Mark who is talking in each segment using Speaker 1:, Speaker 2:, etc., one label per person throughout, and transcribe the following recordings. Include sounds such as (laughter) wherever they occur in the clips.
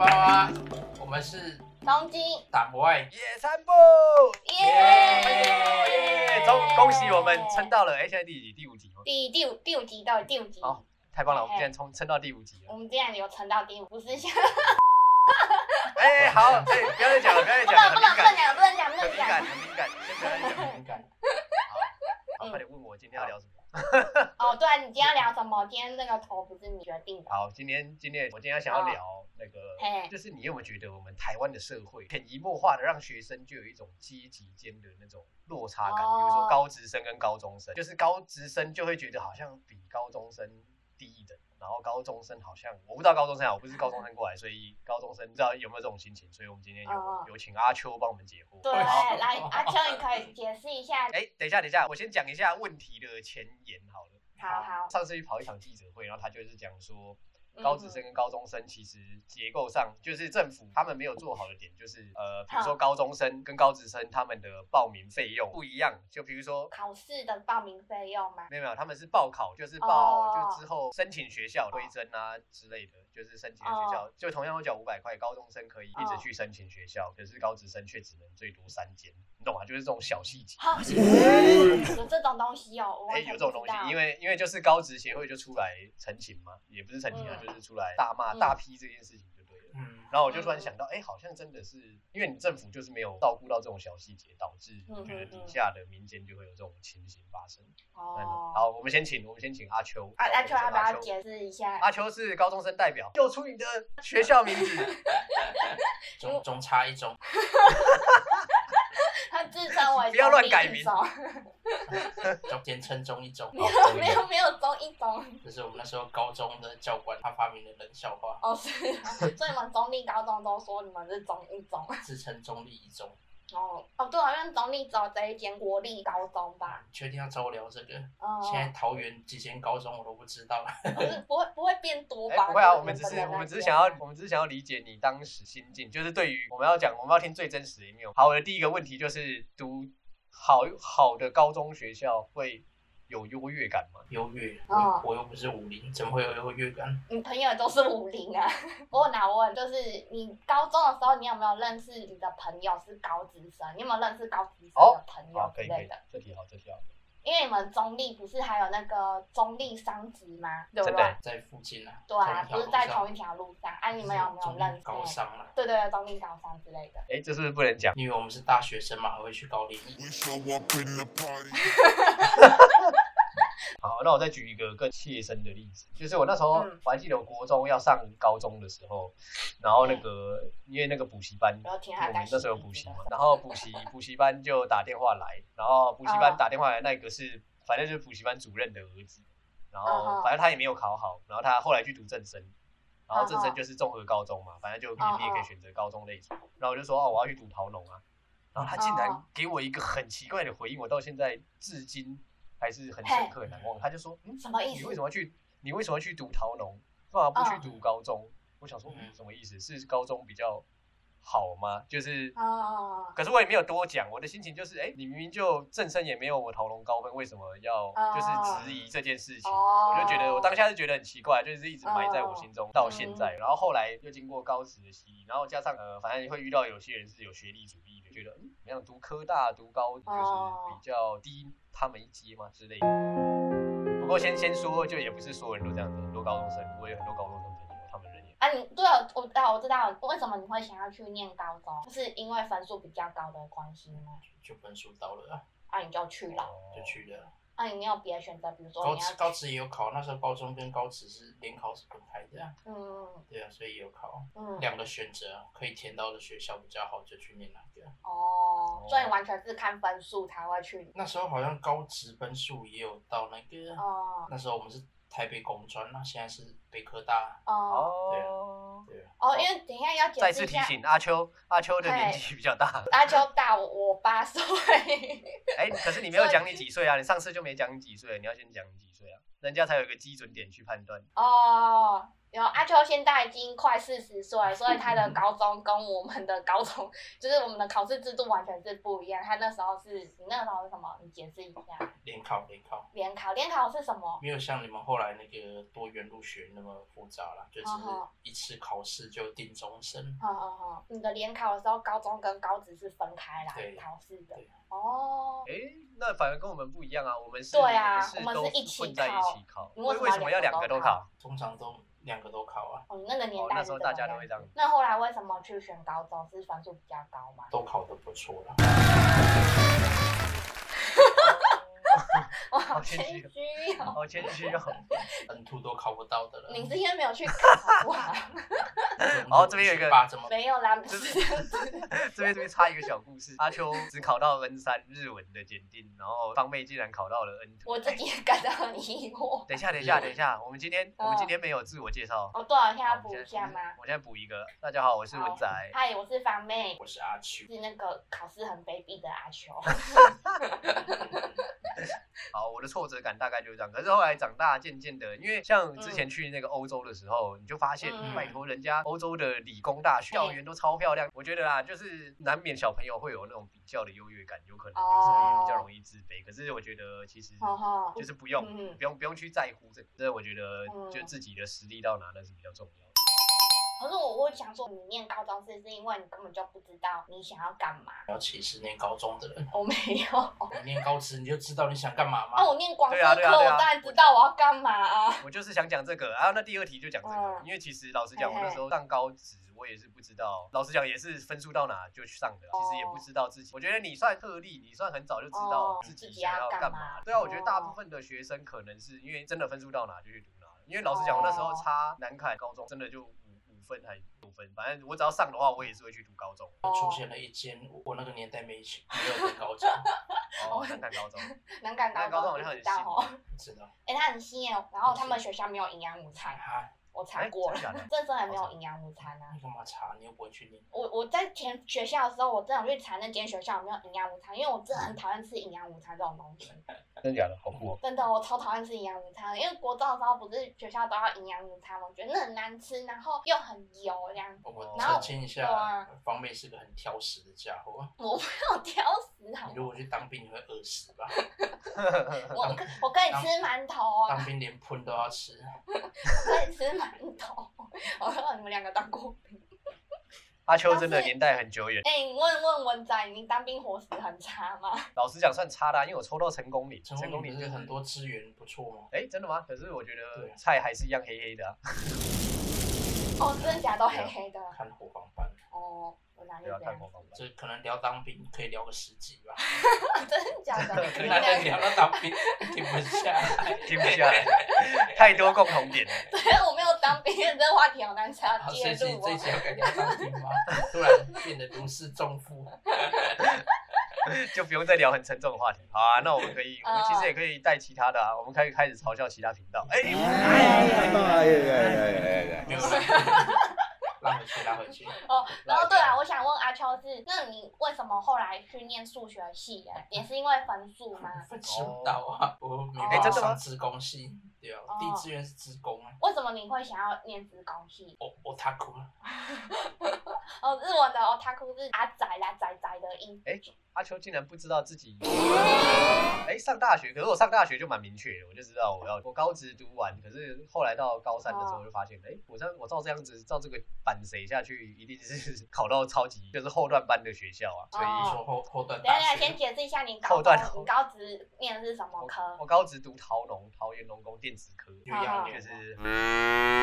Speaker 1: 啊
Speaker 2: 国外野餐部，耶！
Speaker 3: 耶！
Speaker 2: 终恭喜我们撑到了，哎，现在第几集？第五集吗？
Speaker 3: 第第五第五集到底第五集，
Speaker 2: 好太棒了，我们
Speaker 3: 哎
Speaker 2: 竟然冲撑到第五集哦了
Speaker 3: 我。们竟然有撑到第五，不是像
Speaker 2: 哎，好，哎，不要再讲了，不要
Speaker 3: (laughs)
Speaker 2: 再
Speaker 3: 不
Speaker 2: 讲了，
Speaker 3: 能
Speaker 2: 很
Speaker 3: 不
Speaker 2: 敏
Speaker 3: 能不能讲不能讲不能
Speaker 2: 感，很敏
Speaker 3: 讲
Speaker 2: 感，很敏感，先不要再讲了，很敏感。
Speaker 3: 嗯
Speaker 2: 好，好，快点问我今天要聊什么。
Speaker 3: 哦，对啊，你今天要聊什么？今天那个头不是你决定的，
Speaker 2: 好，今天今天我今天想要聊那个，
Speaker 3: 嘿，
Speaker 2: 就是你有没有觉得我们台湾的社会潜移默化的让学生就有一种阶级间的那种落差感？
Speaker 3: 哦
Speaker 2: 比如说高职生跟高中生，就是高职生就会觉得好像比高中生低一等，然后高中生好像我不知道高中生啊，我不是高中生过来，所以高中生不知道有没有这种心情，所以我们今天有、
Speaker 3: 哦
Speaker 2: 有请阿秋帮我们解惑。
Speaker 3: 对，
Speaker 2: 好
Speaker 3: 来阿秋，你可以解释一下，
Speaker 2: 哎，等一下，等一下，我先讲一下问题的前言 (laughs) 好了。
Speaker 3: 好好，嗯
Speaker 2: 上次去跑一场记者会，然后他就是讲说，高职生跟高中生其实结构上就是政府他们没有做好的点，就是呃，比如说
Speaker 3: 好
Speaker 2: 高中生跟高职生他们的报名费用不一样，就比如说。
Speaker 3: 考试的报名费用吗？
Speaker 2: 没有没有，他们是报考，就是报、
Speaker 3: 哦
Speaker 2: 就之后申请学校推甄啊之类的，就是申请的学校、就同样会缴五百块，高中生可以一直
Speaker 3: 哦
Speaker 2: 去申请学校，可是高职生却只能最多三间，你懂吗？就是这种小细节。
Speaker 3: 好， (laughs) 有这种东西哦，我
Speaker 2: 哎、
Speaker 3: 完
Speaker 2: 有
Speaker 3: 全
Speaker 2: 这
Speaker 3: 不
Speaker 2: 种东
Speaker 3: 知道
Speaker 2: 西，因为因为就是高职协会就出来澄清嘛，也不是澄清啊，
Speaker 3: 嗯
Speaker 2: 就是出来大骂、
Speaker 3: 嗯
Speaker 2: 大批这件事情就对了。
Speaker 1: 嗯，
Speaker 2: 然后我就突然想到，哎、好像真的是因为你政府就是没有照顾到这种小细节，导致
Speaker 3: 嗯
Speaker 2: 你觉得
Speaker 3: 嗯
Speaker 2: 底
Speaker 3: 嗯
Speaker 2: 下的民间就会有这种情形发生。嗯
Speaker 3: 哦，
Speaker 2: 好，我们先请我们先请阿秋，
Speaker 3: 阿阿
Speaker 2: 我们
Speaker 3: 秋
Speaker 2: 先
Speaker 3: 要不要
Speaker 2: 秋？
Speaker 3: 解释一下？
Speaker 2: 阿秋是高中生代表，又出你的学校名字，
Speaker 1: 中中差一中，
Speaker 3: 他自称为
Speaker 2: (laughs) 不要乱改
Speaker 3: 中一
Speaker 2: 名
Speaker 3: 中
Speaker 1: 中简称中一中。
Speaker 3: (laughs) 哦没有没有中一中。
Speaker 1: 这是我们那时候高中的教官他发明的冷笑话，
Speaker 3: 哦，是 (laughs) 啊，所以你们中立高中都说你们是中一中，
Speaker 1: 自称中立一中。
Speaker 3: 哦哦，对，好像中立只有这一间国立高中吧？
Speaker 1: 啊你确定要找我聊这个？
Speaker 3: 哦，
Speaker 1: 现在桃园几间高中我都不知道，
Speaker 3: 不是不会不会变多
Speaker 2: 哎、
Speaker 3: 吧？
Speaker 2: 不会啊，
Speaker 3: 就是
Speaker 2: 我们只是
Speaker 3: 的那
Speaker 2: 我们只是
Speaker 3: 边
Speaker 2: 想要我们只是想要理解你当时心境，就是对于我们要讲我们要听最真实的一面。好，我的第一个问题就是读好好的高中学校会有优越感吗？
Speaker 1: 优越，
Speaker 3: 哦
Speaker 1: 我我又不是武林，怎么会有优越感？
Speaker 3: 你朋友都是五零啊。 (laughs) 我哪问，就是你高中的时候，你有没有认识你的朋友是高职生？你有没有认识高职生的朋
Speaker 2: 哦好
Speaker 3: 友，
Speaker 2: 可
Speaker 3: 之
Speaker 2: 以可
Speaker 3: 类
Speaker 2: 以
Speaker 3: 的？，
Speaker 2: 这题好，这题好。
Speaker 3: 因为你们中立不是还有那个中立商职吗？对不
Speaker 2: 真
Speaker 3: 对
Speaker 2: 的欸？
Speaker 1: 在附近啊，
Speaker 3: 对啊，
Speaker 1: 同一条
Speaker 3: 不是
Speaker 1: 路
Speaker 3: 在
Speaker 1: 上
Speaker 3: 同一条路上啊？你们有没有认
Speaker 1: 中高
Speaker 3: 识？
Speaker 1: 商啊？
Speaker 3: 对对对，中立高三之类的。
Speaker 2: 哎，这是不是不能讲？
Speaker 1: 因为我们是大学生嘛，还会去高联谊。
Speaker 4: We show up in the party.
Speaker 2: 好，那我再举一个更切身的例子，就是我那时候、
Speaker 3: 嗯
Speaker 2: 我还记得我国中要上高中的时候，然后那个、因为那个补习班，
Speaker 3: 然后听
Speaker 2: 因为
Speaker 3: 他
Speaker 2: 我
Speaker 3: 该
Speaker 2: 们
Speaker 3: 死
Speaker 2: 那时候有补习嘛，然后补习补习班就打电话来，然后补习班
Speaker 3: 哦
Speaker 2: 打电话来那个是、反正就是补习班主任的儿子，然
Speaker 3: 哦
Speaker 2: 后
Speaker 3: 哦
Speaker 2: 反正他也没有考好，然后他后来去读正声。然后正
Speaker 3: 哦
Speaker 2: 声
Speaker 3: 哦
Speaker 2: 就是综合高中嘛，反正就你
Speaker 3: 哦
Speaker 2: 你也可以
Speaker 3: 哦
Speaker 2: 选择高中类组。然后我就说哦，我要去读桃农啊。然后他竟然
Speaker 3: 哦
Speaker 2: 给我一个很奇怪的回应，我到现在至今还是很深刻难忘。他就说，嗯，
Speaker 3: 什么意思嗯
Speaker 2: 你为什么去？你为什么去读桃农？干嘛不去读高中？我想说，嗯，
Speaker 1: 嗯
Speaker 2: 什么意思？是高中比较好吗？就是。
Speaker 3: 哦，
Speaker 2: 可是我也没有多讲，我的心情就是，哎，你明明就正身也没有我桃农高分，为什么要
Speaker 3: 哦
Speaker 2: 就是质疑这件事情？
Speaker 3: 哦
Speaker 2: 我就觉得我当下是觉得很奇怪，就是一直埋在我心中、到现在。
Speaker 3: 嗯
Speaker 2: 然后后来又经过高职的洗礼，然后加上呃，反正会遇到有些人是有学历主义的，觉得嗯，怎么样读科大、读高就是比较低他们一阶嘛之类的。不过先先说，就也不是所有人都这样子，很多高中生，我有很多高中生朋友，他们人也
Speaker 3: 啊，你对了，我知道，我知道，为什么你会想要去念高中，是因为分数比较高的关系吗？
Speaker 1: 就分数到了啊，
Speaker 3: 啊，你就去了，
Speaker 1: 就去了。
Speaker 3: 啊，你没有别的选择，比如说
Speaker 1: 高
Speaker 3: 你
Speaker 1: 职
Speaker 3: 要
Speaker 1: 高
Speaker 3: 去，
Speaker 1: 职也有考，那时候高中跟高职是联考是分开的、啊，
Speaker 3: 嗯
Speaker 1: 对啊，所以也有考
Speaker 3: 嗯，
Speaker 1: 两个选择，啊可以填到的学校比较好就去念哪个。
Speaker 3: 哦，所以完全是看分数才会去，
Speaker 1: 那时候好像高职分数也有到那
Speaker 2: 嗯
Speaker 1: 个，
Speaker 3: 哦
Speaker 1: 那时候我们是台北工专，那现在是北科大，
Speaker 3: 哦
Speaker 2: 哦。
Speaker 1: 对啊，
Speaker 3: 哦，因为等一下要
Speaker 2: 再
Speaker 3: 解释
Speaker 2: 次
Speaker 3: 一
Speaker 2: 提
Speaker 3: 下，哎
Speaker 2: 醒阿秋，阿秋的年纪比较大。
Speaker 3: 大邱大我我八岁，
Speaker 2: (laughs) 哎、可是你没有讲你几岁啊？你上次就没讲你几岁，你要先讲你几岁啊，人家才有一个基准点去判断。
Speaker 3: 哦，有阿秋现在已经快四十岁了，所以他
Speaker 2: (laughs)
Speaker 3: 的高中跟我们的高中， (laughs) 就是我们的考试制度完全是不一样。他那时候是，你那时候是什么？你解释一下。
Speaker 1: 联考联考
Speaker 3: 联考，联考是什么？
Speaker 1: 没有像你们后来那个多元入学那么复杂啦，就只是
Speaker 3: 哦
Speaker 1: 一次考试就定终身。
Speaker 3: 嗯嗯嗯，你的联考的时候，高中跟高职是分开来
Speaker 1: 对
Speaker 3: 考试的
Speaker 1: 对。
Speaker 3: 哦，
Speaker 2: 哎，那反而跟我们不一样啊，我们是
Speaker 3: 对啊
Speaker 2: 我
Speaker 3: 我
Speaker 2: 们
Speaker 3: 们
Speaker 2: 是
Speaker 3: 是
Speaker 2: 都
Speaker 3: 一起
Speaker 2: 混在一
Speaker 3: 考
Speaker 2: 起考，
Speaker 3: 你
Speaker 2: 为
Speaker 3: 为
Speaker 2: 为
Speaker 3: 什
Speaker 2: 什
Speaker 3: 么
Speaker 2: 么
Speaker 3: 要
Speaker 2: 要
Speaker 3: 两个
Speaker 2: 两个
Speaker 3: 都
Speaker 2: 都
Speaker 3: 考
Speaker 2: 考？
Speaker 1: 通常都两个都考啊，
Speaker 3: 哦，你那个年
Speaker 2: 哦，
Speaker 3: 代
Speaker 2: 那
Speaker 3: 是
Speaker 2: 时候
Speaker 3: 怎
Speaker 2: 大
Speaker 3: 么
Speaker 2: 家都会
Speaker 3: 样
Speaker 2: 这样
Speaker 3: 子。那后来为什么去选高中是分数比较高嘛？
Speaker 1: 都考得不错啦。
Speaker 3: 哇，
Speaker 2: 好
Speaker 3: 好
Speaker 2: 谦
Speaker 3: 谦 (laughs)
Speaker 2: 虚
Speaker 3: 虚哦。
Speaker 2: 好谦虚哦。
Speaker 1: N two 都考不到的了。
Speaker 3: 你是因为没有去考哇？
Speaker 2: (laughs) 哦这边有一个
Speaker 1: 爸怎么
Speaker 3: 没有啦，不是 (laughs) 这样子。
Speaker 2: 这边这边插一个小故事，阿秋只考到 N 三日文的检定，然后方妹竟然考到了 N
Speaker 3: 我
Speaker 2: 2
Speaker 3: 自己也感到很疑惑。 (laughs)
Speaker 2: 等一下，等一下，等一下，我们今天我们今天没有自我介绍，
Speaker 3: 哦，对了，现在
Speaker 2: 好
Speaker 3: 要
Speaker 2: 我
Speaker 3: 补
Speaker 2: 们
Speaker 3: 一
Speaker 2: 现
Speaker 3: 下
Speaker 2: 在
Speaker 3: 吗？
Speaker 2: 我现在补一个，大家好，我是文仔。 (laughs)
Speaker 3: 嗨，我是方妹，
Speaker 1: 我是阿秋，
Speaker 3: 是那个考试很卑鄙的阿
Speaker 2: (laughs)
Speaker 3: 秋。 (laughs)
Speaker 2: 好，我的挫折感大概就是这样。可是后来长大，渐渐的，因为像之前去那个欧洲的时候，你就发现，
Speaker 3: 嗯
Speaker 2: 拜托人家欧洲的理工大学
Speaker 3: 嗯
Speaker 2: 校园都超漂亮。我觉得啦，就是难免小朋友会有那种比较的优越感，有可能就是
Speaker 3: 哦
Speaker 2: 比较容易自卑。可是我觉得其实
Speaker 3: 哦吼
Speaker 2: 就是不用，
Speaker 3: 嗯
Speaker 2: 不用不用去在乎这个。这我觉得
Speaker 3: 嗯
Speaker 2: 就自己的实力到哪那是比较重要的。
Speaker 3: 可是我我想说，你念高中是是因为你根本就不知道你想要干嘛。
Speaker 1: 你要歧视念高中的人，
Speaker 3: 我没有，啊，
Speaker 1: 你念高职你就知道你想干嘛吗？
Speaker 3: 我念广播
Speaker 2: 对啊
Speaker 3: 课，
Speaker 2: 对啊对啊
Speaker 3: 我当然知道我要干嘛啊。
Speaker 2: 我就是想讲这个，然、啊后那第二题就讲这个，
Speaker 3: 嗯
Speaker 2: 因为其实老实讲，
Speaker 3: 嘿
Speaker 2: 我
Speaker 3: 嘿
Speaker 2: 那时候上高职，我也是不知道，老实讲也是分数到哪就去上的啦，
Speaker 3: 哦
Speaker 2: 其实也不知道自己。我觉得你算特例，你算很早就知道
Speaker 3: 哦
Speaker 2: 自
Speaker 3: 自己
Speaker 2: 想
Speaker 3: 要
Speaker 2: 要
Speaker 3: 干
Speaker 2: 干
Speaker 3: 嘛
Speaker 2: 对啊，我觉得大
Speaker 3: 哦
Speaker 2: 部分的学生可能是因为真的分数到哪就去读哪，因为老实讲，我那时
Speaker 3: 哦
Speaker 2: 候差南凯高中真的就五五分还五分，反正我只要上的话，我也是会去读高中。
Speaker 1: 出现了一间我我那个年代没没有的高中，
Speaker 3: (laughs)
Speaker 2: 哦，南凯高中，
Speaker 3: 南港
Speaker 2: 南
Speaker 3: 高
Speaker 2: 高
Speaker 3: 中我
Speaker 2: 中好像
Speaker 3: 知
Speaker 2: 很
Speaker 3: 道哦。
Speaker 1: 你知道
Speaker 3: 哎、他很新耶，然后他们学校没有营养午餐，
Speaker 1: 啊？
Speaker 3: 我查过了
Speaker 2: 哎真的假的，
Speaker 3: (laughs) 这真的没有营养午餐啊。
Speaker 1: 你干嘛查？你又不会去念。
Speaker 3: 我我在填学校的时候，我真的有去查那间学校有没有营养午餐，因为我真的很讨厌吃营养午餐这种东西。
Speaker 2: 真的假的？好酷哦！
Speaker 3: 真的，我超讨厌吃营养午餐的，因为国中的时候不是学校都要营养午餐吗，我觉得那很难吃，然后又很油这样。 (laughs)
Speaker 1: 我
Speaker 2: 然后
Speaker 1: 澄清一
Speaker 3: 对
Speaker 1: 下
Speaker 3: 啊，
Speaker 1: 方妹是个很挑食的家伙。
Speaker 3: 我没有挑食好
Speaker 1: 你
Speaker 3: 吗
Speaker 1: 如？果去当兵，你会饿死吧？
Speaker 2: 哦
Speaker 3: 我可我可以吃馒头啊，
Speaker 1: 当兵连喷都要吃，
Speaker 3: 我可以吃馒头。 (laughs) 我说你们两个当过兵，
Speaker 2: 阿秋真
Speaker 3: 但
Speaker 2: 的
Speaker 3: 是
Speaker 2: 年代很久远，
Speaker 3: 哎、你问问文仔，你当兵伙食很差吗？
Speaker 2: 老实讲算差啦，因为我抽到成功岭，
Speaker 1: 成功
Speaker 2: 功
Speaker 1: 你
Speaker 2: 岭
Speaker 1: 不
Speaker 2: 就是是
Speaker 1: 很多资源不错吗？
Speaker 2: 哎，真的吗？可是我觉
Speaker 1: 对
Speaker 2: 得
Speaker 1: 啊
Speaker 2: 菜还是一样黑黑的啊。
Speaker 3: 哦，真的假的都黑黑的。
Speaker 1: 看火防班，
Speaker 3: 哦，我哪里
Speaker 2: 不
Speaker 3: 这
Speaker 1: 啊
Speaker 2: 要
Speaker 3: 样
Speaker 2: 看模仿版。
Speaker 1: 这可能聊当兵可以聊个十集吧，
Speaker 3: (laughs) 真的假的？
Speaker 1: 可能
Speaker 3: 你们
Speaker 1: 再
Speaker 3: 两个，
Speaker 1: 聊到当兵停不下
Speaker 2: (laughs)
Speaker 1: 来。
Speaker 2: 停不下来，太多共同点了。
Speaker 3: (laughs) 我没有当兵， (laughs) 这话题好难插
Speaker 1: 好，
Speaker 3: 接
Speaker 1: 这
Speaker 3: 入
Speaker 1: 集这
Speaker 3: 哦。
Speaker 1: 集要改聊当兵吗？突然变得如释重负。
Speaker 2: (laughs) 就不用再聊很沉重的话题。好啊，那我们可以，我们其实也可以带其他的啊，我们可以开始嘲笑其他频道。哎、
Speaker 5: 哎呀呀呀呀呀！
Speaker 1: 没有啦，拉回去，拉回去。
Speaker 3: 然后对啊，我想问阿秋是，那你为什么后来去念数学系
Speaker 2: (laughs)
Speaker 3: 耶、也是因为分数吗？
Speaker 1: 分数不到啊，我没
Speaker 3: 哎
Speaker 1: 办法
Speaker 2: 真的吗
Speaker 1: 上职工系，对啊，第一志愿是职工啊。
Speaker 3: 为什么你会想要念职工系？
Speaker 1: 我我他哭了，
Speaker 3: 哦，日文的 otaku 是阿仔啦，仔仔的音。
Speaker 2: 阿秋竟然不知道自己，哎、上大学，可是我上大学就蛮明确的，我就知道我要我高职读完，可是后来到高三的
Speaker 1: 哦
Speaker 2: 时候，我就发现，哎、我这样我照这样子照这个板谁下去，一定是考到超级就是后段班的学校啊，所以。
Speaker 1: 你
Speaker 3: 哦
Speaker 1: 说后后段
Speaker 3: 等一
Speaker 1: 大
Speaker 3: 下等一
Speaker 1: 学
Speaker 3: 下，先解释一下你高
Speaker 2: 后
Speaker 3: 中
Speaker 2: 段
Speaker 3: 你高职念的是什么科
Speaker 2: 我？我高职读桃农桃园农工电子科，
Speaker 1: 有养牛
Speaker 2: 就
Speaker 1: 吗，
Speaker 2: 是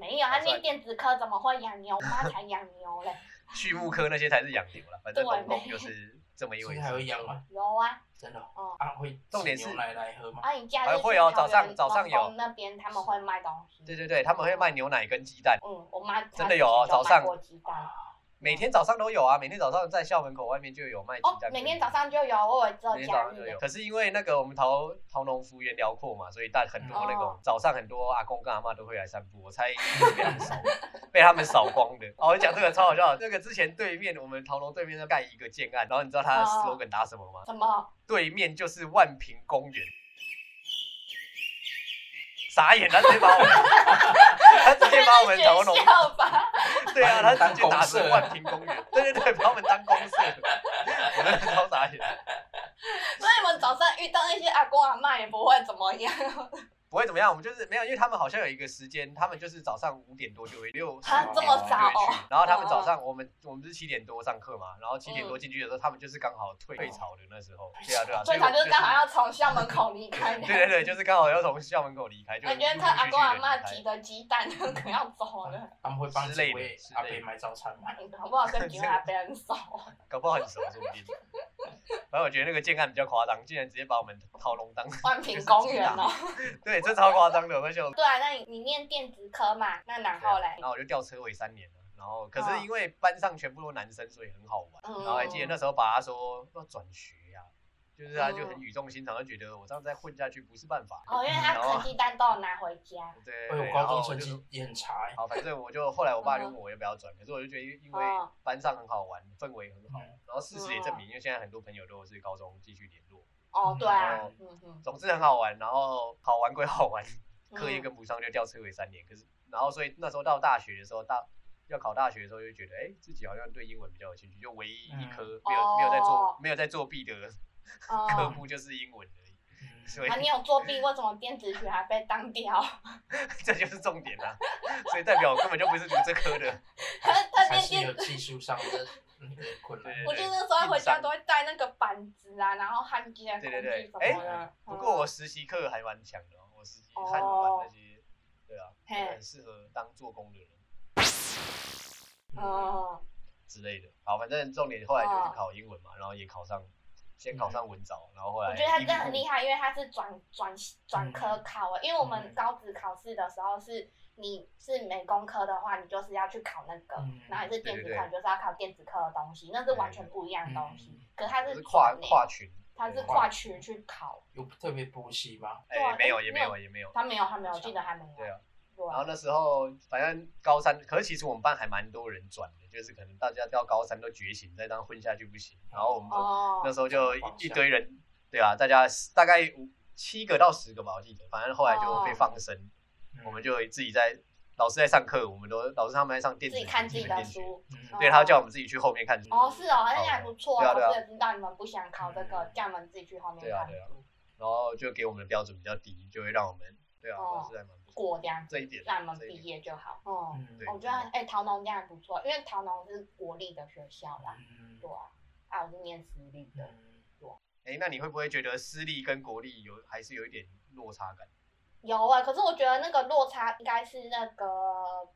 Speaker 3: 没有，他念电子科怎么会养牛？我妈才养牛嘞。
Speaker 2: 畜牧科那些才是养牛了，反正
Speaker 3: 对
Speaker 2: 农工就是这么一
Speaker 1: 所
Speaker 2: 回
Speaker 1: 以
Speaker 2: 事。
Speaker 1: 还会养吗？
Speaker 3: 有
Speaker 2: (laughs)
Speaker 3: 啊，
Speaker 1: 真的
Speaker 3: 哦
Speaker 1: 哦，啊会
Speaker 2: 重点
Speaker 1: 挤
Speaker 2: 是
Speaker 1: 牛奶来喝吗？
Speaker 3: 啊，你假日
Speaker 2: 哎
Speaker 3: 去
Speaker 2: 会哦
Speaker 3: 桃
Speaker 2: 早
Speaker 3: 园
Speaker 2: 上早上
Speaker 3: 农
Speaker 2: 有
Speaker 3: 工那边他们会卖东西。
Speaker 2: 对对对，他们会卖牛奶跟鸡蛋，
Speaker 3: 嗯，我妈
Speaker 2: 真的有哦
Speaker 3: 她以前
Speaker 2: 早上
Speaker 3: 卖过鸡蛋
Speaker 2: 每天早上都有啊，每天早上在校门口外面就有卖鸡
Speaker 3: 哦
Speaker 2: 蛋，跟。
Speaker 3: 每天早上就有，我以为只有
Speaker 2: 每天早
Speaker 3: 假
Speaker 2: 上
Speaker 3: 日
Speaker 2: 都
Speaker 3: 耶
Speaker 2: 有。。可是因为那个我们桃桃农幅员辽阔嘛，所以大很多那种
Speaker 3: 哦
Speaker 2: 早上很多阿公跟阿妈都会来散步，我猜一定是被他
Speaker 3: (laughs)
Speaker 2: 们扫被他们扫光的。哦，我讲这个超好笑的，那个之前对面我们桃农对面要盖一个建案，然后你知道他的
Speaker 3: 哦
Speaker 2: slogan 打什么吗？
Speaker 3: 什么？
Speaker 2: 对面就是万平公园。傻眼，他直接把我们，他直接把我们从农
Speaker 3: 学，校吧，
Speaker 2: 对啊，他直
Speaker 1: 当
Speaker 2: 接打
Speaker 1: 公社
Speaker 2: 成万平公园，对对对，把我们当公社，我真的超傻眼，
Speaker 3: 所以你们早上遇到那些阿公阿妈也不会怎么
Speaker 2: (laughs)
Speaker 3: 样，
Speaker 2: 不会怎么样，我们就是没有，因为他们好像有一个时间，他们就是早上五点多就会六，
Speaker 3: 啊
Speaker 2: 4
Speaker 3: 这么早
Speaker 2: 就会去，然后他们
Speaker 3: 嗯
Speaker 2: 早上我们我们不是七点多上课嘛，然后七点多进去的时候，他们就是刚好退退潮的那时候，对啊对啊，
Speaker 3: 最
Speaker 2: 所以我
Speaker 3: 常
Speaker 2: 们
Speaker 3: 就是刚好
Speaker 2: 是
Speaker 3: 要从校门口离开。
Speaker 2: 对对对，就是刚好要从校门口离开，就
Speaker 3: 我觉得他阿公阿妈提的鸡蛋可能要走
Speaker 2: (laughs)
Speaker 3: 了，
Speaker 1: 他们会帮
Speaker 2: 之
Speaker 1: 几
Speaker 2: 类的
Speaker 1: 位
Speaker 2: 之
Speaker 1: 阿
Speaker 2: 类
Speaker 1: 伯
Speaker 2: 的
Speaker 1: 买早餐吗？
Speaker 3: 搞不好跟几位阿伯很
Speaker 2: (laughs)
Speaker 3: 熟。
Speaker 2: 搞不好很熟，说不定。反正我觉得那个建案比较夸张，竟然直接把我们套笼当，
Speaker 3: 万平公园哦，
Speaker 2: (laughs) 对，这超夸张的，我会笑死。啊
Speaker 3: 对啊，那你你念电子科嘛，那然后嘞
Speaker 2: 然，后我就吊车尾三年了，然后可
Speaker 3: 哦
Speaker 2: 是因为班上全部都男生，所以很好玩。
Speaker 3: 嗯
Speaker 2: 然后还记得那时候爸爸说要转学呀、就是他就很语重心长，就觉得我这样再混下去不是办法。
Speaker 3: 哦，因为他啃鸡蛋都有拿回家，
Speaker 2: 对，
Speaker 1: 哎，我
Speaker 2: 然
Speaker 1: 高中
Speaker 2: 后我
Speaker 1: 成
Speaker 2: 就
Speaker 1: 绩也很差欸。
Speaker 2: 好，反正我就后来我爸就
Speaker 3: 嗯
Speaker 2: 问我要不要转，可是我就觉得因为
Speaker 3: 哦
Speaker 2: 班上很好玩，氛围很好，
Speaker 1: 嗯
Speaker 2: 然后事实也证明，因为现在很多朋友都是高中继续联络，
Speaker 3: 哦，对啊
Speaker 2: 嗯，
Speaker 3: 嗯嗯，
Speaker 2: 总之很好玩。然后好玩归好玩，课业
Speaker 3: 嗯
Speaker 2: 跟不上就吊车尾三年。可是，然后所以那时候到大学的时候，大要考大学的时候就觉得，哎、自己好像对英文比较有兴趣，就唯一一科没有、
Speaker 3: 哦
Speaker 2: 没有在做没有在作弊的科
Speaker 3: 哦，
Speaker 2: 目就是英文而已，
Speaker 1: 嗯
Speaker 2: 所以
Speaker 3: 啊，你有作弊，为什么电子学还被当 (laughs) 掉？
Speaker 2: 这就是重点
Speaker 3: (laughs)
Speaker 2: 啦、所以代表我根本就不是读这科
Speaker 3: 哦
Speaker 2: 的，
Speaker 3: 他
Speaker 1: 还
Speaker 3: 念
Speaker 1: 是
Speaker 3: 电
Speaker 1: 有技术上的那个困难。
Speaker 3: 我就那时候回家都会带那个板子啊，然后焊接啊、空
Speaker 2: 对
Speaker 3: 气
Speaker 2: 对对哎
Speaker 3: 什么的。嗯
Speaker 2: 不过我实习课还蛮强的、哦，我实习
Speaker 3: 哦
Speaker 2: 看完那些，对啊，
Speaker 3: 嘿
Speaker 2: 很适合当做工的人
Speaker 3: 嗯，
Speaker 2: 之类的。好，反正重点后来
Speaker 3: 哦
Speaker 2: 就是考英文嘛，然后也考上，先考上文藻，然后后
Speaker 3: 嗯
Speaker 2: 来
Speaker 3: 我觉得他
Speaker 2: 英
Speaker 3: 真的很
Speaker 2: 文
Speaker 3: 厉害，因为他是转转转科
Speaker 2: 嗯
Speaker 3: 考啊。因为我们高职考试的时候是，你是美工科的话，你就是要去考那个
Speaker 1: 嗯；
Speaker 3: 然后你是电
Speaker 2: 对
Speaker 3: 子
Speaker 2: 对
Speaker 3: 科，
Speaker 2: 对
Speaker 3: 你就是要考电子科的东西，那是完全不一样的东西
Speaker 1: 嗯。
Speaker 3: 可是他
Speaker 2: 就是是跨
Speaker 3: 转欸
Speaker 2: 跨，嗯群，
Speaker 3: 他是跨区去考，
Speaker 1: 有特别补习吗？
Speaker 2: 哎、
Speaker 3: 对啊
Speaker 2: 没有
Speaker 3: 哎
Speaker 2: 也
Speaker 3: 没
Speaker 2: 没
Speaker 3: 有
Speaker 2: 有也没有，
Speaker 3: 他没有，他没有，我记得他没有。
Speaker 2: 对啊。
Speaker 3: 对
Speaker 2: 然后那时候反正高三，可是其实我们班还蛮多人转的，就是可能大家到高三都觉醒，再这样混下去不行。然后我们
Speaker 3: 哦
Speaker 2: 那时候就
Speaker 1: 往
Speaker 2: 一一
Speaker 1: 下
Speaker 2: 堆人，对啊，大家大概五七个到十个吧，我记得，反正后来就
Speaker 3: 哦
Speaker 2: 被放生，我们就自己在老师在上课，我们都老师他们在上电
Speaker 3: 自
Speaker 2: 子
Speaker 3: 己看自己的
Speaker 2: 电子
Speaker 3: 书。
Speaker 1: 嗯
Speaker 2: 对，他要叫我们自己去后面看书。
Speaker 3: 哦，是哦，那还不错
Speaker 2: 对啊对啊嗯
Speaker 3: 老师也知道你们不想考这个，叫你们自己去后面
Speaker 2: 对啊
Speaker 3: 看
Speaker 2: 对啊，然后就给我们的标准比较低，就会让我们对啊，
Speaker 3: 哦
Speaker 2: 老师还蛮不错。
Speaker 3: 过这样子，
Speaker 2: 这一点，
Speaker 3: 让你们
Speaker 2: 这一
Speaker 3: 毕
Speaker 2: 点
Speaker 3: 业就好。哦，
Speaker 1: 嗯
Speaker 2: 对
Speaker 3: 我觉得哎，桃农这样也不错，因为桃农是国立的学校啦，
Speaker 1: 嗯
Speaker 3: 对啊，啊，我是念私立的，
Speaker 1: 嗯
Speaker 2: 哎，那你会不会觉得私立跟国立有还是有一点落差感？
Speaker 3: 有啊，可是我觉得那个落差应该是那个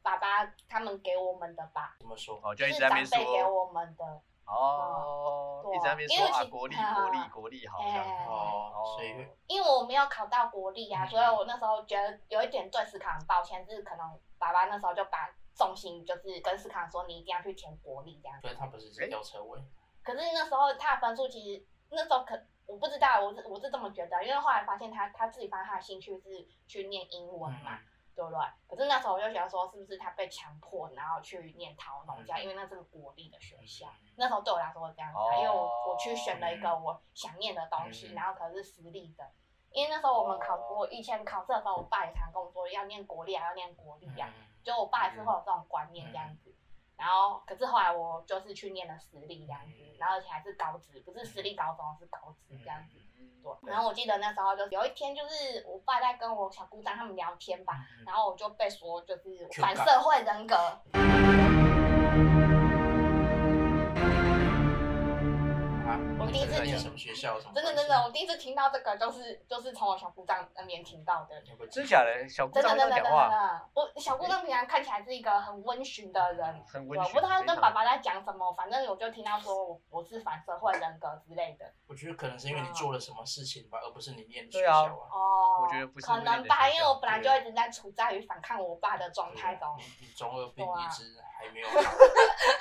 Speaker 3: 爸爸他们给我们的吧，
Speaker 1: 怎么说？
Speaker 2: 哦，就
Speaker 3: 就
Speaker 2: 一
Speaker 3: 是
Speaker 2: 直在
Speaker 3: 长
Speaker 2: 那边
Speaker 3: 辈给
Speaker 2: 说
Speaker 3: 我们的，
Speaker 2: 哦，
Speaker 3: 对啊
Speaker 2: 一直在那边
Speaker 3: 因
Speaker 2: 说
Speaker 3: 为其
Speaker 2: 啊，国立
Speaker 3: 啊
Speaker 2: 国立国立好这样。
Speaker 3: 哎
Speaker 1: 哦，所以
Speaker 2: 哦，
Speaker 3: 因为我没有考到国立啊，
Speaker 1: 嗯
Speaker 3: 所以我那时候觉得有一点对思考很抱歉，是可能爸爸那时候就把重心就是跟思考说你一定要去填国立这样。
Speaker 1: 所以他不是只
Speaker 2: 哎
Speaker 1: 吊车尾。
Speaker 3: 可是那时候他的分数其实那时候可我不知道，我是我是这么觉得，因为后来发现他他自己发现他的兴趣是去念英文
Speaker 1: 嗯
Speaker 3: 嘛，对不对？可是那时候我就想说，是不是他被强迫然后去念桃农家，
Speaker 1: 嗯
Speaker 3: 因为那是国立的学校。那时候对我来说是这样子啊，
Speaker 2: 哦
Speaker 3: 因为我我去选了一个我想念的东西，
Speaker 1: 哦嗯哦
Speaker 3: 然后可是私立的。因为那时候我们考过，以前考试的时候，我爸也常跟我说要念国立啊，要念国立啊。
Speaker 1: 嗯
Speaker 3: 就我爸也是会有这种观念这样子。然后，可是后来我就是去念了私立这样子，
Speaker 1: 嗯
Speaker 3: 然后而且还是高职，不是私立高中，是高职这样子。
Speaker 2: 嗯
Speaker 3: 对，然后我记得那时候就是有一天，就是我爸在跟我小姑丈他们聊天吧，
Speaker 1: 嗯
Speaker 3: 然后我就被说就是
Speaker 1: 就
Speaker 3: 反
Speaker 1: 干
Speaker 3: 社会人格。
Speaker 1: 啊，
Speaker 3: 我第一次
Speaker 1: 在
Speaker 2: 听
Speaker 1: 什么学校？什么
Speaker 3: 真的
Speaker 1: 关
Speaker 3: 真
Speaker 1: 系
Speaker 3: 的，我第一次听到这个，就是就是从我小姑丈那边听到的。
Speaker 1: 有个
Speaker 2: 真假的，小姑
Speaker 3: 真的
Speaker 2: 丈
Speaker 3: 真
Speaker 2: 这
Speaker 3: 的
Speaker 2: 样
Speaker 3: 真
Speaker 2: 讲
Speaker 3: 的，
Speaker 2: 话
Speaker 3: 我小姑丈平常看起来是一个很温驯的人，
Speaker 2: 很
Speaker 3: 对，
Speaker 2: 温
Speaker 3: 我
Speaker 2: 驯，
Speaker 3: 不知道他
Speaker 2: 非
Speaker 3: 跟
Speaker 2: 常
Speaker 3: 爸爸在讲什么，反正我就听到说我我是反社会人格之类的。
Speaker 1: 我觉得可能是因为你做了什么事情吧，而不是你念的学
Speaker 2: 对啊
Speaker 1: 校啊。
Speaker 3: 哦，
Speaker 2: 我觉得不是
Speaker 3: 可
Speaker 2: 那边
Speaker 3: 能
Speaker 2: 的
Speaker 3: 吧，
Speaker 2: 学
Speaker 3: 因为我
Speaker 2: 校
Speaker 3: 本来就
Speaker 1: 对
Speaker 3: 一直在处在于反抗我爸的状态中，
Speaker 1: 你你中二病
Speaker 3: 对啊
Speaker 1: 一直还没有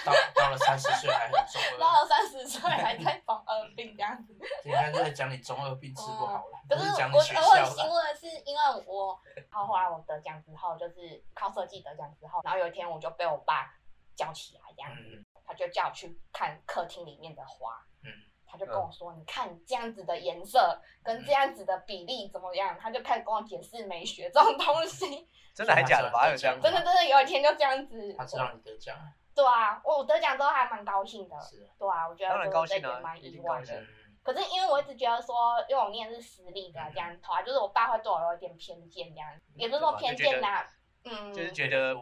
Speaker 1: 到， (laughs) 到了三十岁还很中
Speaker 3: (laughs) 到
Speaker 1: 二，
Speaker 3: 了三十岁还在中二病这样
Speaker 2: (laughs)
Speaker 3: 子。
Speaker 1: 你看是在讲你中二病吃不好了，
Speaker 3: 可
Speaker 1: 不
Speaker 3: 是
Speaker 1: 是讲你
Speaker 3: 我
Speaker 1: 学
Speaker 3: 我
Speaker 1: 校
Speaker 3: 很欣
Speaker 1: 了。
Speaker 3: 慰的是，因为我考后来我得奖之后，就是靠设计得奖之后，然后有一天我就被我爸叫起来这样子，
Speaker 1: 嗯
Speaker 3: 他就叫我去看客厅里面的花。
Speaker 1: 嗯
Speaker 3: 他就跟我说，你看这样子的颜色跟这样子的比例怎么样，他就开始跟我解释美学这种东西。
Speaker 2: 真的还假的吧？还有这样子啊
Speaker 3: 真的真的有一天就这样子，
Speaker 1: 他是让你得奖，
Speaker 3: 对啊，我得奖之后还蛮高兴的，
Speaker 1: 是啊，
Speaker 3: 对啊，我觉
Speaker 2: 当
Speaker 3: 得
Speaker 2: 然
Speaker 3: 就
Speaker 2: 高
Speaker 3: 是这
Speaker 2: 兴
Speaker 3: 点
Speaker 2: 啊，
Speaker 3: 蛮
Speaker 2: 一
Speaker 3: 意
Speaker 2: 定
Speaker 3: 外
Speaker 2: 高
Speaker 3: 的
Speaker 2: 兴。。
Speaker 1: 嗯
Speaker 3: 可是因为我一直觉得说，因为我念的是私立的
Speaker 2: 嗯
Speaker 3: 这样头啊，就是我爸会对我有一点偏见这样，也不是说偏见啦、嗯，
Speaker 2: 就是觉得，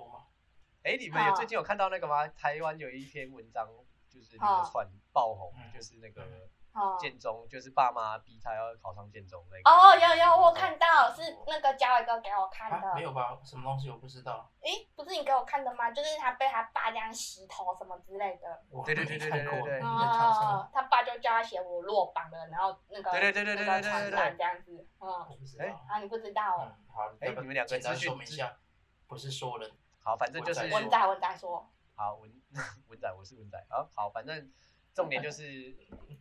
Speaker 2: 哎，你们有最近有看到那个吗？台湾有一篇文章，就是流传爆红，
Speaker 1: 嗯
Speaker 2: 就是那个
Speaker 3: 哦
Speaker 2: 建中，就是爸妈逼他要考上建中那个。
Speaker 3: 哦，有有
Speaker 2: 嗯
Speaker 3: 我有看到是那个嘉伟哥给我看的，
Speaker 1: 啊，没有吧？什么东西我不知道，
Speaker 3: 诶，不是你给我看的吗？就是他被他爸这样洗头什么之类的。
Speaker 1: 我
Speaker 2: 对对对
Speaker 1: 没看过
Speaker 2: 对对对对
Speaker 1: 你在讲什
Speaker 3: 哦
Speaker 1: 么，
Speaker 3: 他爸就叫他写我落榜了，然后那个
Speaker 2: 对对对对
Speaker 3: 那个
Speaker 2: 对对
Speaker 3: 传
Speaker 2: 对
Speaker 3: 单
Speaker 2: 对
Speaker 3: 这样子，嗯，
Speaker 1: 我不知
Speaker 2: 哎
Speaker 1: 道。
Speaker 3: 啊，你不知道哦，
Speaker 1: 嗯，好，
Speaker 2: 哎
Speaker 1: 那个
Speaker 2: 你们两个
Speaker 1: 简单
Speaker 2: 资讯
Speaker 1: 说明一下，不是所有人
Speaker 2: 好，反正就是
Speaker 1: 嗯
Speaker 3: 文仔文仔说，
Speaker 2: 好文 (laughs) 文仔，我是文仔啊。好，反正重点就是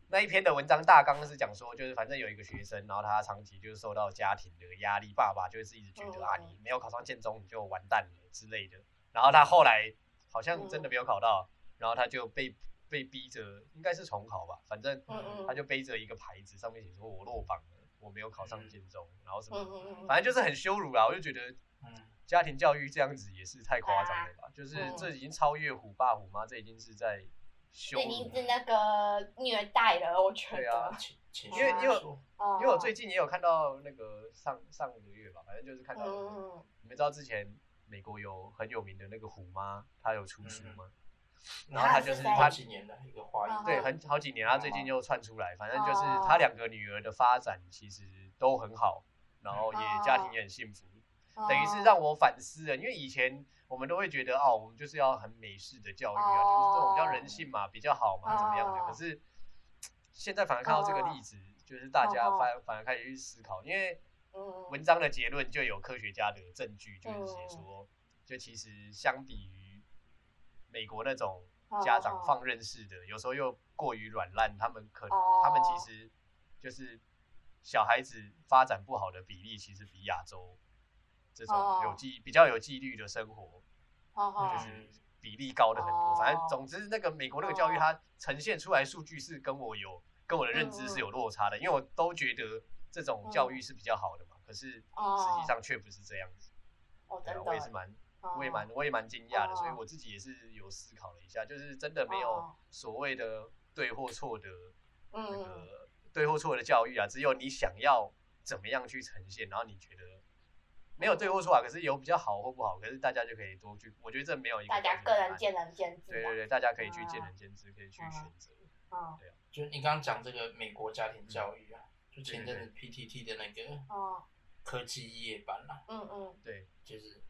Speaker 2: 那一篇的文章大纲是讲说，就是反正有一个学生，然后他长期就是受到家庭的压力，爸爸就是一直觉得啊，
Speaker 3: 嗯
Speaker 2: 你没有考上建中你就完蛋了之类的。然后他后来好像真的
Speaker 3: 嗯
Speaker 2: 没有考到，然后他就被被逼着，应该是重考吧，反正
Speaker 3: 嗯嗯，
Speaker 2: 他就背着一个牌子，上面写说我落榜了，我没有考上建中，然后什
Speaker 3: 嗯
Speaker 2: 么，
Speaker 3: 嗯嗯，
Speaker 2: 反正就是很羞辱啦。我就觉得
Speaker 1: 嗯，
Speaker 2: 家庭教育这样子也是太夸张了吧？就是
Speaker 3: 嗯
Speaker 2: 这已经超越虎爸虎妈，这已经是在羞
Speaker 3: 这已
Speaker 2: 辱
Speaker 3: 经。是那个虐待了，我觉
Speaker 2: 对
Speaker 3: 得
Speaker 2: 啊。
Speaker 1: 情情
Speaker 3: 因
Speaker 1: 绪
Speaker 3: 为因为
Speaker 1: 说
Speaker 3: 哦
Speaker 2: 因为我最近也有看到那个上上个月吧，反正就是看到、
Speaker 3: 嗯嗯
Speaker 2: 你们知道之前美国有很有名的那个虎妈，她有出书吗？
Speaker 1: 然
Speaker 2: 然后
Speaker 1: 后他
Speaker 2: 她就是
Speaker 3: 是谁
Speaker 2: 她
Speaker 1: 好几年的一个花艺
Speaker 3: 嗯，
Speaker 2: 对
Speaker 3: 嗯
Speaker 2: 很好几年，她最近又窜出来，反正就是
Speaker 3: 哦
Speaker 2: 她两个女儿的发展其实都很好，然后也
Speaker 3: 哦
Speaker 2: 家庭也很幸福，
Speaker 3: 嗯
Speaker 2: 等于是让我反思了，因为以前我们都会觉得哦，我们就是要很美式的教育
Speaker 3: 哦
Speaker 2: 啊，就是这种比较人性嘛，比较好嘛，怎么样的。
Speaker 3: 哦
Speaker 2: 可是嘖现在反而看到这个例子，就是大家
Speaker 3: 哦哦
Speaker 2: 反反而开始去思考，因为
Speaker 3: 嗯
Speaker 2: 文章的结论就有科学家的证据，
Speaker 3: 哦
Speaker 2: 就是写说，就其实相比于美国那种
Speaker 3: 哦
Speaker 2: 家长放任式的，有时候又过于软烂，他们可
Speaker 3: 哦
Speaker 2: 他们其实就是小孩子发展不好的比例，其实比亚洲这
Speaker 3: 哦
Speaker 2: 种有纪比较有纪律的生活
Speaker 3: 哦哦
Speaker 2: 就是比例高的很多
Speaker 3: 哦。
Speaker 2: 反正总之，那个美国那个教育它呈现出来数据是跟我有跟我的认知是
Speaker 3: 嗯
Speaker 2: 有落差的，因为我都觉得这种教育是比较好的嘛，可是实际上却不是这样子。
Speaker 3: 哦，
Speaker 2: 对
Speaker 3: 真的，
Speaker 2: 啊
Speaker 3: 哦
Speaker 2: 我也是蛮我也蛮我也蛮惊讶的，所以我自己也是有思考了一下，就是真的没有
Speaker 3: 哦
Speaker 2: 所谓的对或错的
Speaker 3: 嗯
Speaker 2: 那
Speaker 3: 嗯
Speaker 2: 个对或错的教育啊，只有你想要怎么样去呈现，然后你觉得没有对或错啊，可是有比较好或不好，可是大家就可以多去，我觉得这没有一个
Speaker 3: 大家
Speaker 2: 标准
Speaker 3: 个
Speaker 2: 答
Speaker 3: 人
Speaker 2: 案
Speaker 3: 见仁见智
Speaker 2: 对
Speaker 3: 吧
Speaker 2: 对，对，大家可以去
Speaker 3: 嗯
Speaker 2: 见仁见智，可以去
Speaker 3: 嗯
Speaker 2: 选择。
Speaker 3: 嗯
Speaker 1: 就是你刚刚讲这个美国家庭教育啊，就前阵子 PTT 的那个
Speaker 3: 哦
Speaker 1: 科技夜版啊，
Speaker 3: 嗯嗯
Speaker 2: 对，
Speaker 1: 就是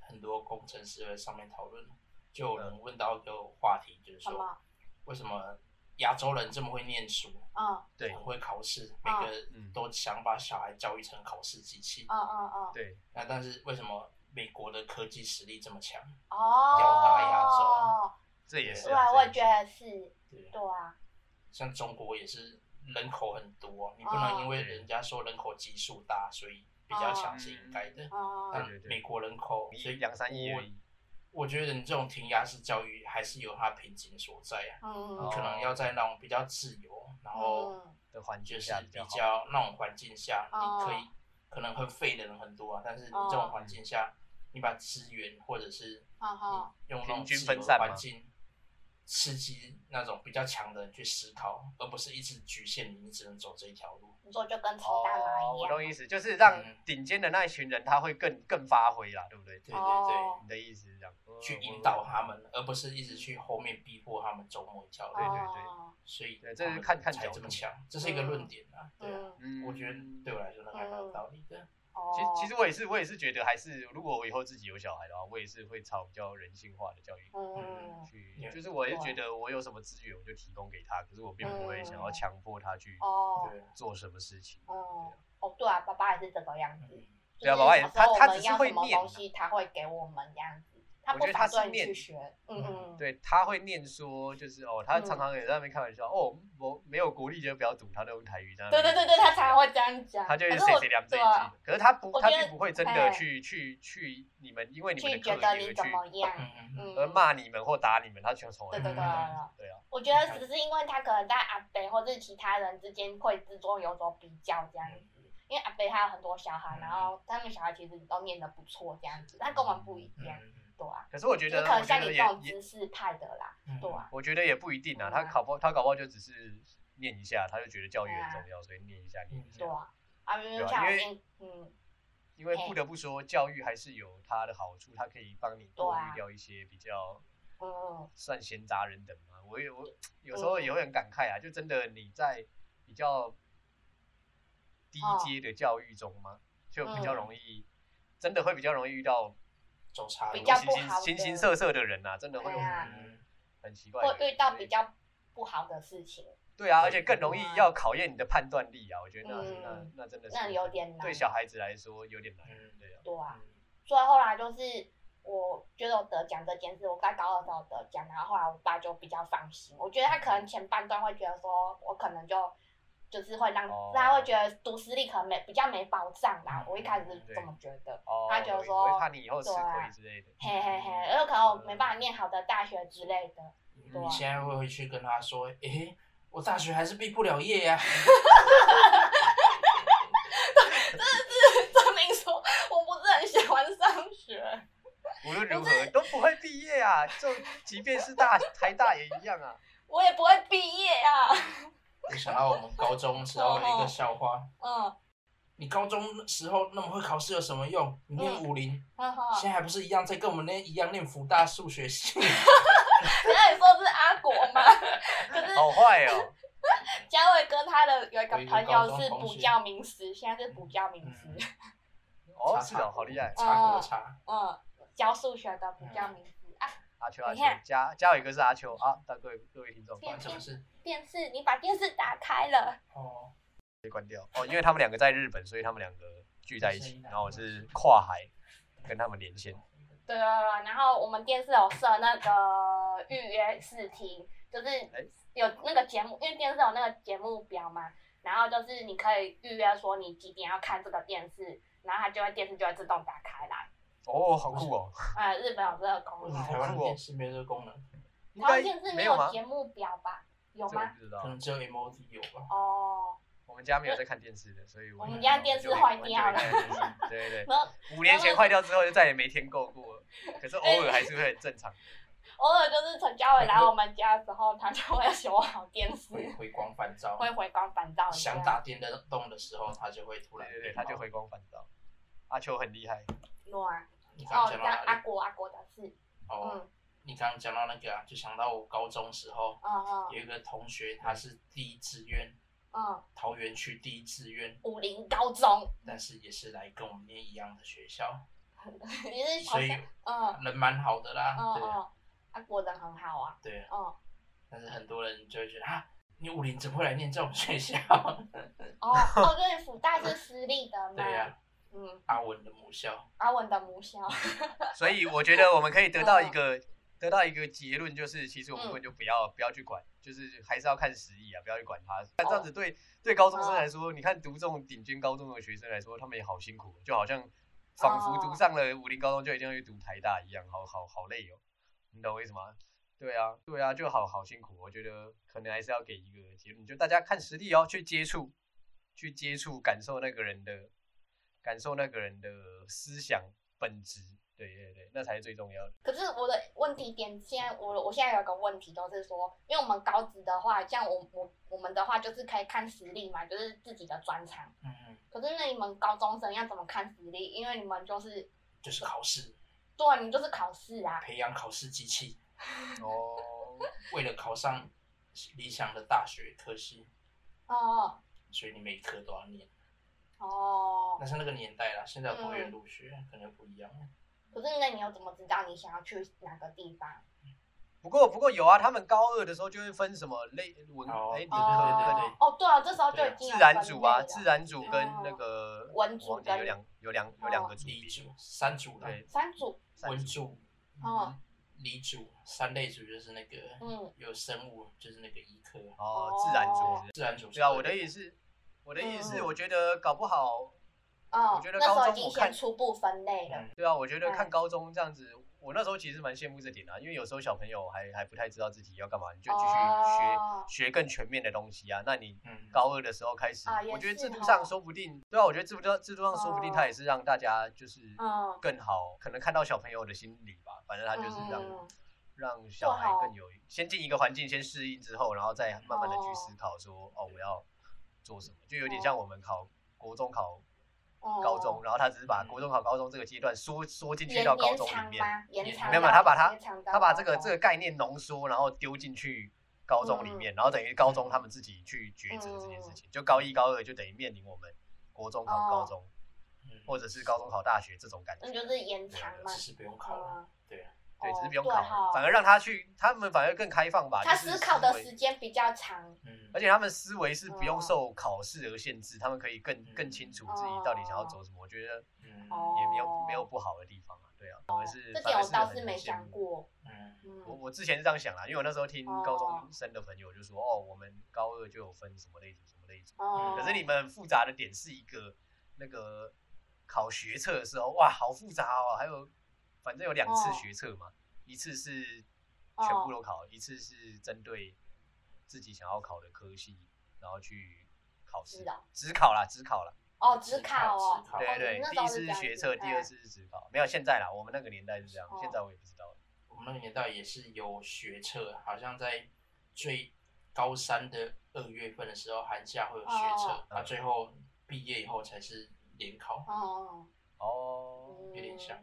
Speaker 1: 很多工程师在上面讨论，就有
Speaker 2: 嗯
Speaker 1: 人问到一个话题，就是
Speaker 3: 什
Speaker 1: 说
Speaker 3: 么
Speaker 1: 为什么亚洲人这么会念书，
Speaker 3: 嗯
Speaker 2: 对
Speaker 1: 很会考试，每个
Speaker 2: 嗯
Speaker 1: 都想把小孩教育成考试机器。
Speaker 3: 嗯嗯嗯
Speaker 2: 对，
Speaker 1: 那但是为什么美国的科技实力这么强？
Speaker 3: 哦，
Speaker 1: 吊打亚洲
Speaker 2: 这也是
Speaker 3: 对
Speaker 2: 啊。这，
Speaker 3: 我也
Speaker 2: 也是
Speaker 3: 觉得是，
Speaker 1: 对，
Speaker 3: 对啊，
Speaker 1: 像中国也是人口很多，啊你不能因为人家说人口基数大，所以比较强是应该的。
Speaker 3: 哦，
Speaker 1: 但美国人口所以
Speaker 2: 两三亿而已
Speaker 1: 我我觉得你这种填鸭式教育还是有它瓶颈所在啊。
Speaker 3: 嗯
Speaker 1: 你可能要在那种比较自由，然后
Speaker 3: 嗯
Speaker 2: 的环境
Speaker 1: 就是
Speaker 2: 下比
Speaker 1: 比
Speaker 2: 较好。
Speaker 1: 较那种环境下，
Speaker 3: 哦
Speaker 1: 你可以可能很废的人很多啊，但是你这种环境下，你把资源或者是
Speaker 3: 好好，
Speaker 1: 你用那
Speaker 2: 平
Speaker 1: 种
Speaker 2: 均
Speaker 1: 自
Speaker 2: 分
Speaker 1: 由
Speaker 2: 散
Speaker 1: 的环
Speaker 2: 嘛
Speaker 1: 境刺激那种比较强的人去思考，而不是一直局限你，你只能走这一条路。
Speaker 3: 你说就跟抽大麻
Speaker 2: 哦，
Speaker 3: 一
Speaker 2: 我
Speaker 3: 样
Speaker 2: 懂，意思，就是让
Speaker 1: 嗯
Speaker 2: 顶尖的那一群人他会更更发挥啦，对不对？
Speaker 1: 对对对，
Speaker 3: 哦
Speaker 2: 你的意思是这样，嗯
Speaker 1: 去
Speaker 2: 我
Speaker 1: 引导他们，而不是一直去后面逼迫他们走某一条路。
Speaker 2: 对
Speaker 3: 哦，
Speaker 1: 所以
Speaker 2: 对这是
Speaker 1: 他们
Speaker 2: 看看
Speaker 1: 才
Speaker 2: 角
Speaker 1: 这么
Speaker 2: 度
Speaker 1: 强，这是一个论点啊。对啊，
Speaker 3: 嗯，
Speaker 2: 嗯
Speaker 1: 我觉得对我来说那还蛮有道理的。
Speaker 3: 哦，
Speaker 2: 其实其实我也是，我也是觉得，还是如果我以后自己有小孩的话，我也是会朝比较人性化的教育
Speaker 3: 嗯，
Speaker 2: 去，
Speaker 1: 嗯
Speaker 2: 就是我也觉
Speaker 3: 啊
Speaker 2: 得我有什么资源我就提供给他，可是我并不会想要强迫他去
Speaker 3: 哦，
Speaker 1: 对，
Speaker 2: 做什么事情。
Speaker 3: 哦，哦，对啊，爸爸也是这个样子，
Speaker 1: 嗯
Speaker 2: 对啊爸爸也
Speaker 3: 就是
Speaker 2: 他
Speaker 3: 小时候
Speaker 2: 他
Speaker 3: 我们
Speaker 2: 只是
Speaker 3: 要
Speaker 2: 会
Speaker 3: 什么
Speaker 2: 念
Speaker 3: 东
Speaker 2: 啊
Speaker 3: 西，他会给我们这样子，他
Speaker 2: 我
Speaker 3: 不
Speaker 2: 觉得他
Speaker 3: 反
Speaker 2: 是
Speaker 3: 对你
Speaker 2: 念
Speaker 3: 去学，嗯嗯，
Speaker 2: 对他会念说，就是哦，他常常也在那边开玩笑，哦，我没有国力就不要赌，他都用台语在那
Speaker 3: 对
Speaker 2: 边
Speaker 3: 对对对，他才会这样讲，
Speaker 2: 他就
Speaker 3: 可
Speaker 2: 是
Speaker 3: 是
Speaker 2: 谁
Speaker 3: 我
Speaker 2: 谁凉这一
Speaker 3: 对啊
Speaker 2: 句，可是他不，
Speaker 3: 我
Speaker 2: 他
Speaker 3: 觉得
Speaker 2: 并不会真的
Speaker 3: 哎
Speaker 2: 去去去你们，因为你们的
Speaker 3: 去觉
Speaker 2: 课
Speaker 3: 得
Speaker 2: 业
Speaker 3: 你
Speaker 2: 而
Speaker 3: 怎
Speaker 2: 去
Speaker 3: 么样，
Speaker 1: 嗯嗯嗯
Speaker 3: 嗯，
Speaker 2: 而骂你们或打你们，他全从来
Speaker 3: 对
Speaker 2: 不
Speaker 3: 对对对
Speaker 2: 会这样
Speaker 3: 对。
Speaker 2: 对啊，
Speaker 3: 我觉得只是因为他可能在阿伯辈或是其他人之间会之中有所比较这样
Speaker 2: 嗯
Speaker 3: 子。因为阿贝他有很多小孩，
Speaker 1: 嗯
Speaker 3: 然后他们小孩其实都念得不错这样子，他跟我们不一样，
Speaker 1: 嗯，
Speaker 3: 对啊，
Speaker 2: 可是我
Speaker 3: 就
Speaker 2: 觉
Speaker 3: 是
Speaker 2: 得，
Speaker 3: 可能
Speaker 2: 我
Speaker 3: 像
Speaker 2: 觉
Speaker 3: 你
Speaker 2: 得
Speaker 3: 这种
Speaker 2: 也也，嗯
Speaker 3: 知识派的啦，对啊，
Speaker 2: 我觉得也不一定啊。他
Speaker 3: 嗯
Speaker 2: 考不好他搞不好就只是念一下，他就觉得教育很
Speaker 3: 啊
Speaker 2: 重要，所以念一下念一下
Speaker 3: 对。啊，啊，因为
Speaker 2: 嗯对啊
Speaker 3: 像我
Speaker 2: 因为
Speaker 3: 念，嗯，
Speaker 2: 因为
Speaker 3: 嘿
Speaker 2: 不得不说，教育还是有它的好处，它可以帮你过
Speaker 3: 对啊
Speaker 2: 滤掉一些比较
Speaker 3: 嗯
Speaker 2: 算闲杂人等嘛。我有我有时
Speaker 3: 哦
Speaker 2: 候也会很感慨啊，就真的你在比较低
Speaker 3: 哦
Speaker 2: 阶的教育中嘛，就比
Speaker 3: 嗯
Speaker 2: 较容易，真的会比较容易遇到
Speaker 1: 走差
Speaker 3: 比
Speaker 1: 路
Speaker 3: 较
Speaker 2: 形
Speaker 3: 不
Speaker 2: 形
Speaker 3: 好的
Speaker 2: 形形色色的人啊，真的会有
Speaker 3: 对啊
Speaker 1: 嗯
Speaker 2: 很很奇怪的人，
Speaker 3: 会遇到
Speaker 2: 所以
Speaker 3: 比较不好的事情，
Speaker 2: 对啊，而且更容易
Speaker 3: 对啊
Speaker 2: 要考验你的判断力啊。我觉得那
Speaker 3: 嗯
Speaker 2: 那那真的是
Speaker 3: 那有点难
Speaker 2: 对小孩子来说有点难
Speaker 1: 嗯，
Speaker 2: 对啊，
Speaker 3: 对啊。
Speaker 1: 嗯
Speaker 3: 所以后来就是我觉得我得奖这件事，我在高二的时候得奖，然后后来我爸就比较放心。我觉得他可能前半段会觉得说，我可能就就是会让、
Speaker 2: 哦
Speaker 3: 他会觉得读私立可能没比较没保障
Speaker 1: 嗯
Speaker 3: 啦。我一开始是这么觉得，
Speaker 2: 哦，
Speaker 3: 他觉得
Speaker 2: 我以为
Speaker 3: 说
Speaker 2: 怕你以后吃
Speaker 3: 对啊
Speaker 2: 亏之类的，
Speaker 3: 嘿
Speaker 1: 嗯
Speaker 3: 嘿嘿，因为可能我没办法念好的大学之类的。 (laughs) 对啊
Speaker 1: 你现在会回去跟他说，诶，我大学还是毕不了业呀、 (laughs)
Speaker 3: 证明说我不是很喜欢上学，
Speaker 2: 无论如何都不会毕业啊！就即便是大台大也一样啊。
Speaker 3: 我也不会毕业啊。
Speaker 1: 我想到我们高中时候
Speaker 3: 哦
Speaker 1: 的一个笑话，
Speaker 3: 嗯，
Speaker 1: 你高中时候那么会考试有什么用？你
Speaker 3: 嗯
Speaker 1: 念武林，
Speaker 3: 哈
Speaker 1: (laughs)
Speaker 3: 哈。
Speaker 1: 现在还不是一样在跟我们那一样念福大数学系？ (laughs)
Speaker 3: 那你说是阿国吗？ (laughs) 可是
Speaker 2: 好坏
Speaker 1: (laughs)
Speaker 2: 哦，
Speaker 3: 嘉伟哥他的有一个
Speaker 1: 我一个
Speaker 3: 朋
Speaker 1: 高
Speaker 3: 友
Speaker 1: 中
Speaker 3: 是
Speaker 1: 同
Speaker 3: 补
Speaker 1: 学
Speaker 3: 教名师，现在是补教名师，
Speaker 1: 嗯
Speaker 2: 哦是哦，好厉害！
Speaker 1: 差国差，
Speaker 3: (laughs) 嗯，教数学的补教名师啊。
Speaker 2: 阿秋阿秋
Speaker 3: 你看，
Speaker 2: 嘉嘉伟哥是阿秋啊，那各位各位听众
Speaker 3: 天
Speaker 2: 关
Speaker 1: 完全是
Speaker 3: 电视，你把电视打开了，
Speaker 1: 哦，
Speaker 2: 关掉哦，因为他们两个在日本，所以他们两个聚在一
Speaker 1: 是
Speaker 2: 起，
Speaker 1: 的
Speaker 2: 然后我是跨海跟他们连线。
Speaker 3: 对对对，然后我们电视有设那个预约试听，就是有那个节目，因为电视有那个节目表嘛，然后就是你可以预约说你几点要看这个电视，然后它就会电视就会自动打开来。
Speaker 2: 哦，好酷哦！
Speaker 3: 呃，日本有这个功
Speaker 1: 为什么台湾
Speaker 3: 能，
Speaker 1: 的电视没有这个功能？
Speaker 2: 应
Speaker 3: 台
Speaker 2: 该
Speaker 3: 湾电视
Speaker 2: 嗯没
Speaker 3: 没
Speaker 2: 有
Speaker 3: 有
Speaker 2: 吗？
Speaker 3: 节目表吧？有
Speaker 2: 这我
Speaker 3: 吗？
Speaker 2: 不知
Speaker 1: 可
Speaker 2: 道，
Speaker 1: 能只有 MOD 有吧。
Speaker 3: 哦，
Speaker 2: 我们家没有在看电视的，所以
Speaker 3: 我
Speaker 2: 我
Speaker 3: 们家电视坏掉了
Speaker 2: 我就没看电视对对对，
Speaker 3: 然后 (laughs)
Speaker 2: 五年前坏掉之后就再也没添购过了，可是偶尔还是会很
Speaker 1: (laughs)
Speaker 2: 正常。
Speaker 3: 偶尔就是陈嘉伟来我们家的时候，他就会修好电视，
Speaker 1: 会回光返照，
Speaker 3: 会回光返照一下
Speaker 1: 想。打电动的时候，它就会突然
Speaker 2: 对对对，
Speaker 1: 变
Speaker 2: 他
Speaker 1: 好
Speaker 2: 就回光返照。阿秋很厉害，
Speaker 3: 对啊，
Speaker 1: 你刚
Speaker 3: 哦，
Speaker 1: 刚
Speaker 3: 这
Speaker 1: 讲
Speaker 3: 样
Speaker 1: 到
Speaker 3: 阿
Speaker 1: 哪里？
Speaker 3: 国阿国的事，
Speaker 1: 哦，
Speaker 3: 嗯
Speaker 1: 你刚刚讲到那个啊，就想到我高中时候
Speaker 3: 嗯嗯
Speaker 1: 有一个同学，他是第一志愿
Speaker 3: 嗯，
Speaker 1: 桃园区第一志愿，
Speaker 3: 武林高中，
Speaker 1: 但是也是来跟我们念一样的学校，
Speaker 3: 你是好
Speaker 1: 所以
Speaker 3: 像，嗯
Speaker 1: 人蛮好的啦，
Speaker 3: 嗯
Speaker 1: 对啊
Speaker 3: 嗯，阿国人很好啊，
Speaker 1: 对啊， (laughs)
Speaker 3: 嗯
Speaker 1: 但是很多人就会觉得啊，你武林怎么会来念这种学
Speaker 3: (laughs)
Speaker 1: 校？
Speaker 3: 哦哦，对，福大是私立的嘛
Speaker 1: 对，啊呀、
Speaker 3: 嗯，
Speaker 1: 阿文的母校，
Speaker 3: 阿文的母校， (laughs)
Speaker 2: 所以我觉得我们可以得到一个得到一个结论，就是其实我们根本就不要不要去管，就是还是要看实力啊，不要去管他。那这样子对对高中生来说，你看读这种顶尖高中的学生来说，他们也好辛苦，就好像仿佛读上了武林高中就一定要去读台大一样，好好好累哦。你懂我意思吗？对啊，对啊，就好好辛苦。我觉得可能还是要给一个结论，就大家看实力哦，去接触，去接触，感受那个人的，感受那个人的思想本质。对对对，那才是最重要的。
Speaker 3: 可是我的问题点，现在我我现在有个问题，都是说，因为我们高职的话，像我我我们的话就是可以看实力嘛，就是自己的专长。
Speaker 1: 嗯，
Speaker 3: 可是那你们高中生要怎么看实力？因为你们就是
Speaker 1: 就是考试，
Speaker 3: 对，你们就是考试啊。
Speaker 1: 培养考试机器，
Speaker 2: 哦，
Speaker 1: 为了考上理想的大学科系，
Speaker 3: 哦
Speaker 1: 所以你每科都要念。
Speaker 3: 哦，
Speaker 1: 但是那个年代啦，现在有多
Speaker 3: 嗯
Speaker 1: 元入学、可能不一样了。
Speaker 3: 可是那你又怎么知道你想要去哪个地方？
Speaker 2: 不过不过有啊，他们高二的时候就会分什么类文，哎、
Speaker 1: 哦
Speaker 2: 理科
Speaker 1: 对对
Speaker 2: 跟
Speaker 1: 对
Speaker 3: 哦哦，对啊，这时候就已经有
Speaker 2: 自然组啊，
Speaker 3: 分
Speaker 2: 自
Speaker 3: 类了
Speaker 2: 然组跟那个
Speaker 3: 文组
Speaker 2: 我忘记
Speaker 3: 跟
Speaker 2: 有两有两有两个组
Speaker 1: 理
Speaker 2: 别，
Speaker 1: 组、三组啦，
Speaker 2: 对，
Speaker 3: 三组，
Speaker 2: 三
Speaker 1: 文
Speaker 2: 组
Speaker 1: 组、
Speaker 3: 哦
Speaker 1: 理组、三类组就是那个、
Speaker 3: 嗯
Speaker 1: 有生物，就是那个医科，
Speaker 2: 哦，自然组
Speaker 3: 哦
Speaker 2: 是
Speaker 1: 自然组是
Speaker 2: 对啊，
Speaker 1: 二类。
Speaker 2: 我的意思是，我的意思是，
Speaker 3: 嗯
Speaker 2: 我觉得搞不好，
Speaker 3: 哦，
Speaker 2: 我觉得
Speaker 3: 那时
Speaker 2: 高
Speaker 3: 候
Speaker 2: 中
Speaker 3: 已经
Speaker 2: 我看
Speaker 3: 先初步分类了，
Speaker 1: 嗯
Speaker 2: 对啊，我觉得看
Speaker 3: 嗯
Speaker 2: 高中这样子，我那时候其实蛮羡慕这点啊，因为有时候小朋友还还不太知道自己要干嘛，你就继续学、
Speaker 3: 哦
Speaker 2: 学更全面的东西啊。那你
Speaker 1: 嗯，
Speaker 2: 高二的时候开始，
Speaker 3: 啊也
Speaker 2: 我觉得
Speaker 3: 是
Speaker 2: 制度
Speaker 3: 哦
Speaker 2: 上说不定，对啊，我觉得制度上制度上说不定
Speaker 3: 哦
Speaker 2: 他也是让大家就是
Speaker 3: 嗯
Speaker 2: 更好，可能看到小朋友的心理吧。反正他就是让、
Speaker 3: 嗯
Speaker 2: 让小孩
Speaker 3: 好
Speaker 2: 更有先进一个环境，先适应之后，然后再慢慢的去
Speaker 3: 哦
Speaker 2: 思考说，哦，我要做什么，就有点像我们考国中考
Speaker 3: 哦
Speaker 2: 高中，然后他只是把
Speaker 1: 嗯
Speaker 2: 国中考高中这个阶段缩缩进去
Speaker 3: 延
Speaker 2: 到高
Speaker 3: 延
Speaker 2: 中
Speaker 3: 长
Speaker 2: 里面，
Speaker 3: 吗？延长
Speaker 2: 没有没
Speaker 3: 到
Speaker 2: 有，他把它
Speaker 3: 延长到
Speaker 2: 他把
Speaker 3: 高
Speaker 2: 这个这个
Speaker 3: 中
Speaker 2: 概念浓缩，然后丢进去高中里
Speaker 3: 嗯
Speaker 2: 面，然后等于高中他们自己去抉择这件事情，就高一高二就等于面临我们国中考高
Speaker 3: 哦
Speaker 2: 中，
Speaker 1: 嗯
Speaker 2: 或者是高中考大学这种感觉，
Speaker 3: 那就是延长嘛
Speaker 1: 只。是不用考了，
Speaker 3: 嗯
Speaker 1: 对啊，
Speaker 2: 对，只是不用
Speaker 3: 哦对
Speaker 2: 考，
Speaker 3: 哦
Speaker 2: 反而让他去，他们反而更开放吧，
Speaker 3: 他
Speaker 2: 啊就是
Speaker 3: 思考的
Speaker 2: 维
Speaker 3: 时间比较长，
Speaker 1: 嗯
Speaker 2: 而且他们思维是不用
Speaker 3: 哦嗯
Speaker 2: 受考试而限制，他们可以更更清楚自己到底想要走什么。我觉得
Speaker 1: 嗯
Speaker 3: 哦
Speaker 2: 也没有没有不好的地方啊，对啊，反而是
Speaker 3: 这
Speaker 2: 反
Speaker 3: 点
Speaker 2: 而
Speaker 3: 我倒
Speaker 2: 很
Speaker 3: 是没
Speaker 2: 羡
Speaker 3: 想
Speaker 2: 慕。
Speaker 3: 过。
Speaker 1: 嗯
Speaker 2: 我
Speaker 3: 嗯，
Speaker 2: 我之前是这样想啦，因为我那时候听
Speaker 3: 哦
Speaker 2: 高中生的朋友就说，哦，我们高二就有分什么类组什么类组，
Speaker 3: 哦，
Speaker 2: 嗯可是你们复杂的点是一个那个考学测的时候，哇，好复杂哦，还有反正有两次
Speaker 3: 哦
Speaker 2: 学测嘛，一次是全部都考，一次是针对自己想要考的科系，然后去考试
Speaker 3: 是啊，
Speaker 2: 只考啦，只考啦，
Speaker 3: 哦，只考哦，
Speaker 1: 只考
Speaker 2: 对
Speaker 3: 哦
Speaker 2: 对
Speaker 3: 你那
Speaker 2: 对，
Speaker 3: 时
Speaker 2: 第一
Speaker 3: 候是这
Speaker 2: 次
Speaker 3: 样
Speaker 2: 是学
Speaker 3: 子
Speaker 2: 测，第二
Speaker 3: 哎
Speaker 2: 次是只考，没有现在啦，我们那个年代是这样，
Speaker 3: 哦
Speaker 2: 现在我也不知道了，
Speaker 1: 我们那个年代也是有学测，好像在最高三的二月份的时候，寒假会有学测
Speaker 3: 哦，
Speaker 1: 啊，最后毕业以后才是联考，
Speaker 3: 哦，嗯
Speaker 2: 哦，
Speaker 1: 有点像。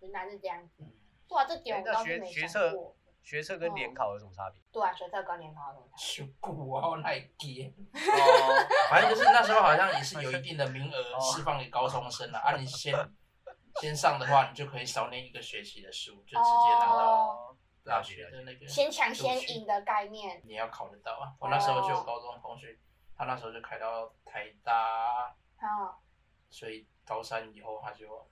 Speaker 3: 原来是这样子
Speaker 1: 嗯。 (laughs)
Speaker 3: 对啊，这点
Speaker 2: 哎
Speaker 3: 我
Speaker 2: 那
Speaker 3: 倒是
Speaker 2: 学
Speaker 3: 没
Speaker 2: 学
Speaker 3: 想
Speaker 2: 测
Speaker 3: 过。哦
Speaker 2: 学测跟联考有什
Speaker 1: (laughs)
Speaker 2: 么差别？
Speaker 3: 对啊，学测跟联考有什么差
Speaker 1: 是古啊奥奈基，
Speaker 2: 哦，
Speaker 1: 反正就是那时候好像也是有一定的名额
Speaker 2: 哦
Speaker 1: 释放给高中生了啊，你先先上的话，你就可以少念一个学期的书，就直接拿到
Speaker 2: 哦，
Speaker 1: 大学的那个
Speaker 3: 别？，先抢先赢的概念。
Speaker 2: 嗯
Speaker 1: 你要考得到啊。我那时候就有高中同学，他那时候就考到台大，
Speaker 3: 哦，
Speaker 1: 所以高三以后他就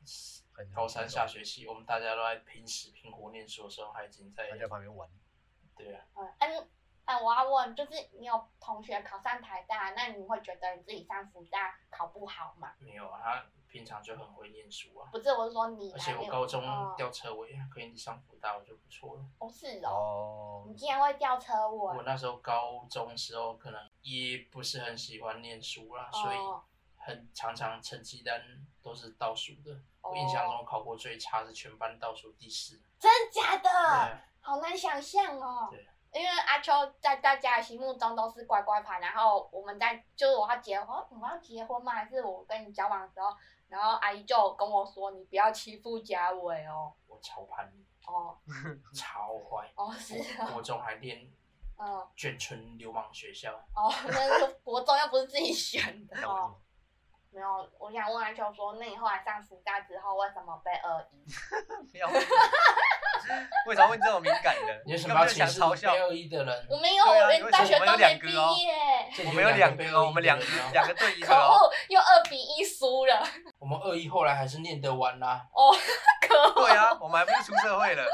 Speaker 2: 很
Speaker 1: 高三下学期，我们大家都在拼死拼活念书的时候，他已经在
Speaker 2: 他在旁边玩，
Speaker 1: 对啊，
Speaker 3: 嗯，嗯，嗯，我要问，就是你有同学考上台大，那你会觉得你自己上福大考不好吗？
Speaker 1: 没有啊，他平常就很会念书啊。
Speaker 3: 不是，我是说你啊。
Speaker 1: 而且我
Speaker 3: 你有
Speaker 1: 高中
Speaker 3: 哦
Speaker 1: 吊车尾，啊可以上福大，我就不错了。
Speaker 3: 哦是哦，
Speaker 2: 哦
Speaker 3: 你，竟然会吊车尾
Speaker 1: 我那时候高中时候可能也不是很喜欢念书啦，所以
Speaker 3: 哦
Speaker 1: 很常常成绩单都是倒数的。
Speaker 3: 哦
Speaker 1: 我印象中考过最差是全班倒数第四。
Speaker 3: 真假的？
Speaker 1: 对
Speaker 3: 好难想象哦
Speaker 2: 啊
Speaker 1: 对。
Speaker 3: 因为阿秋在大家的心目中都是乖乖牌，然后我们在就是我要结婚，我要结婚吗？还是我跟你交往的时候，然后阿姨就跟我说，你不要欺负嘉伟哦，
Speaker 1: 我超叛逆，
Speaker 3: 哦
Speaker 1: 超
Speaker 3: (laughs)
Speaker 1: 坏。
Speaker 3: 哦是
Speaker 1: 我国中还练
Speaker 3: 哦，
Speaker 1: 眷村流氓学校，
Speaker 3: 嗯哦， (laughs) 那是国中又不是自己选的
Speaker 2: (laughs) 那我
Speaker 3: 哦。没有，我想问阿秋说，那你后来上福大之后，为什么被二一？
Speaker 2: 不要问这种， (laughs) 为啥问这种敏感的？
Speaker 1: 你为什
Speaker 2: 根
Speaker 1: 么要
Speaker 2: 本就
Speaker 1: 歧
Speaker 2: 想
Speaker 1: 视
Speaker 2: 嘲笑
Speaker 1: 被？二一的人？
Speaker 3: 我没有，
Speaker 2: 对啊
Speaker 3: 我
Speaker 2: 你
Speaker 3: 连
Speaker 2: 为
Speaker 3: 大
Speaker 2: 什
Speaker 3: 学
Speaker 2: 么
Speaker 3: 都
Speaker 2: 我们有两
Speaker 3: 没
Speaker 2: 个
Speaker 3: 毕
Speaker 2: 哦
Speaker 3: 业，
Speaker 1: 这里
Speaker 2: 我们有两
Speaker 1: 个
Speaker 2: 个
Speaker 1: 被
Speaker 2: 哦，
Speaker 1: 二
Speaker 2: 我们
Speaker 1: 一
Speaker 2: 两
Speaker 1: 的
Speaker 2: 个
Speaker 1: 人哦
Speaker 2: 两个对一
Speaker 3: 可
Speaker 2: 的哦。
Speaker 3: 恶，又二比一输了，
Speaker 1: 我们二一后来还是念得完啦。
Speaker 3: 哦，可恶。
Speaker 2: 对啊，我们还不是出
Speaker 1: (laughs)
Speaker 2: 社会了，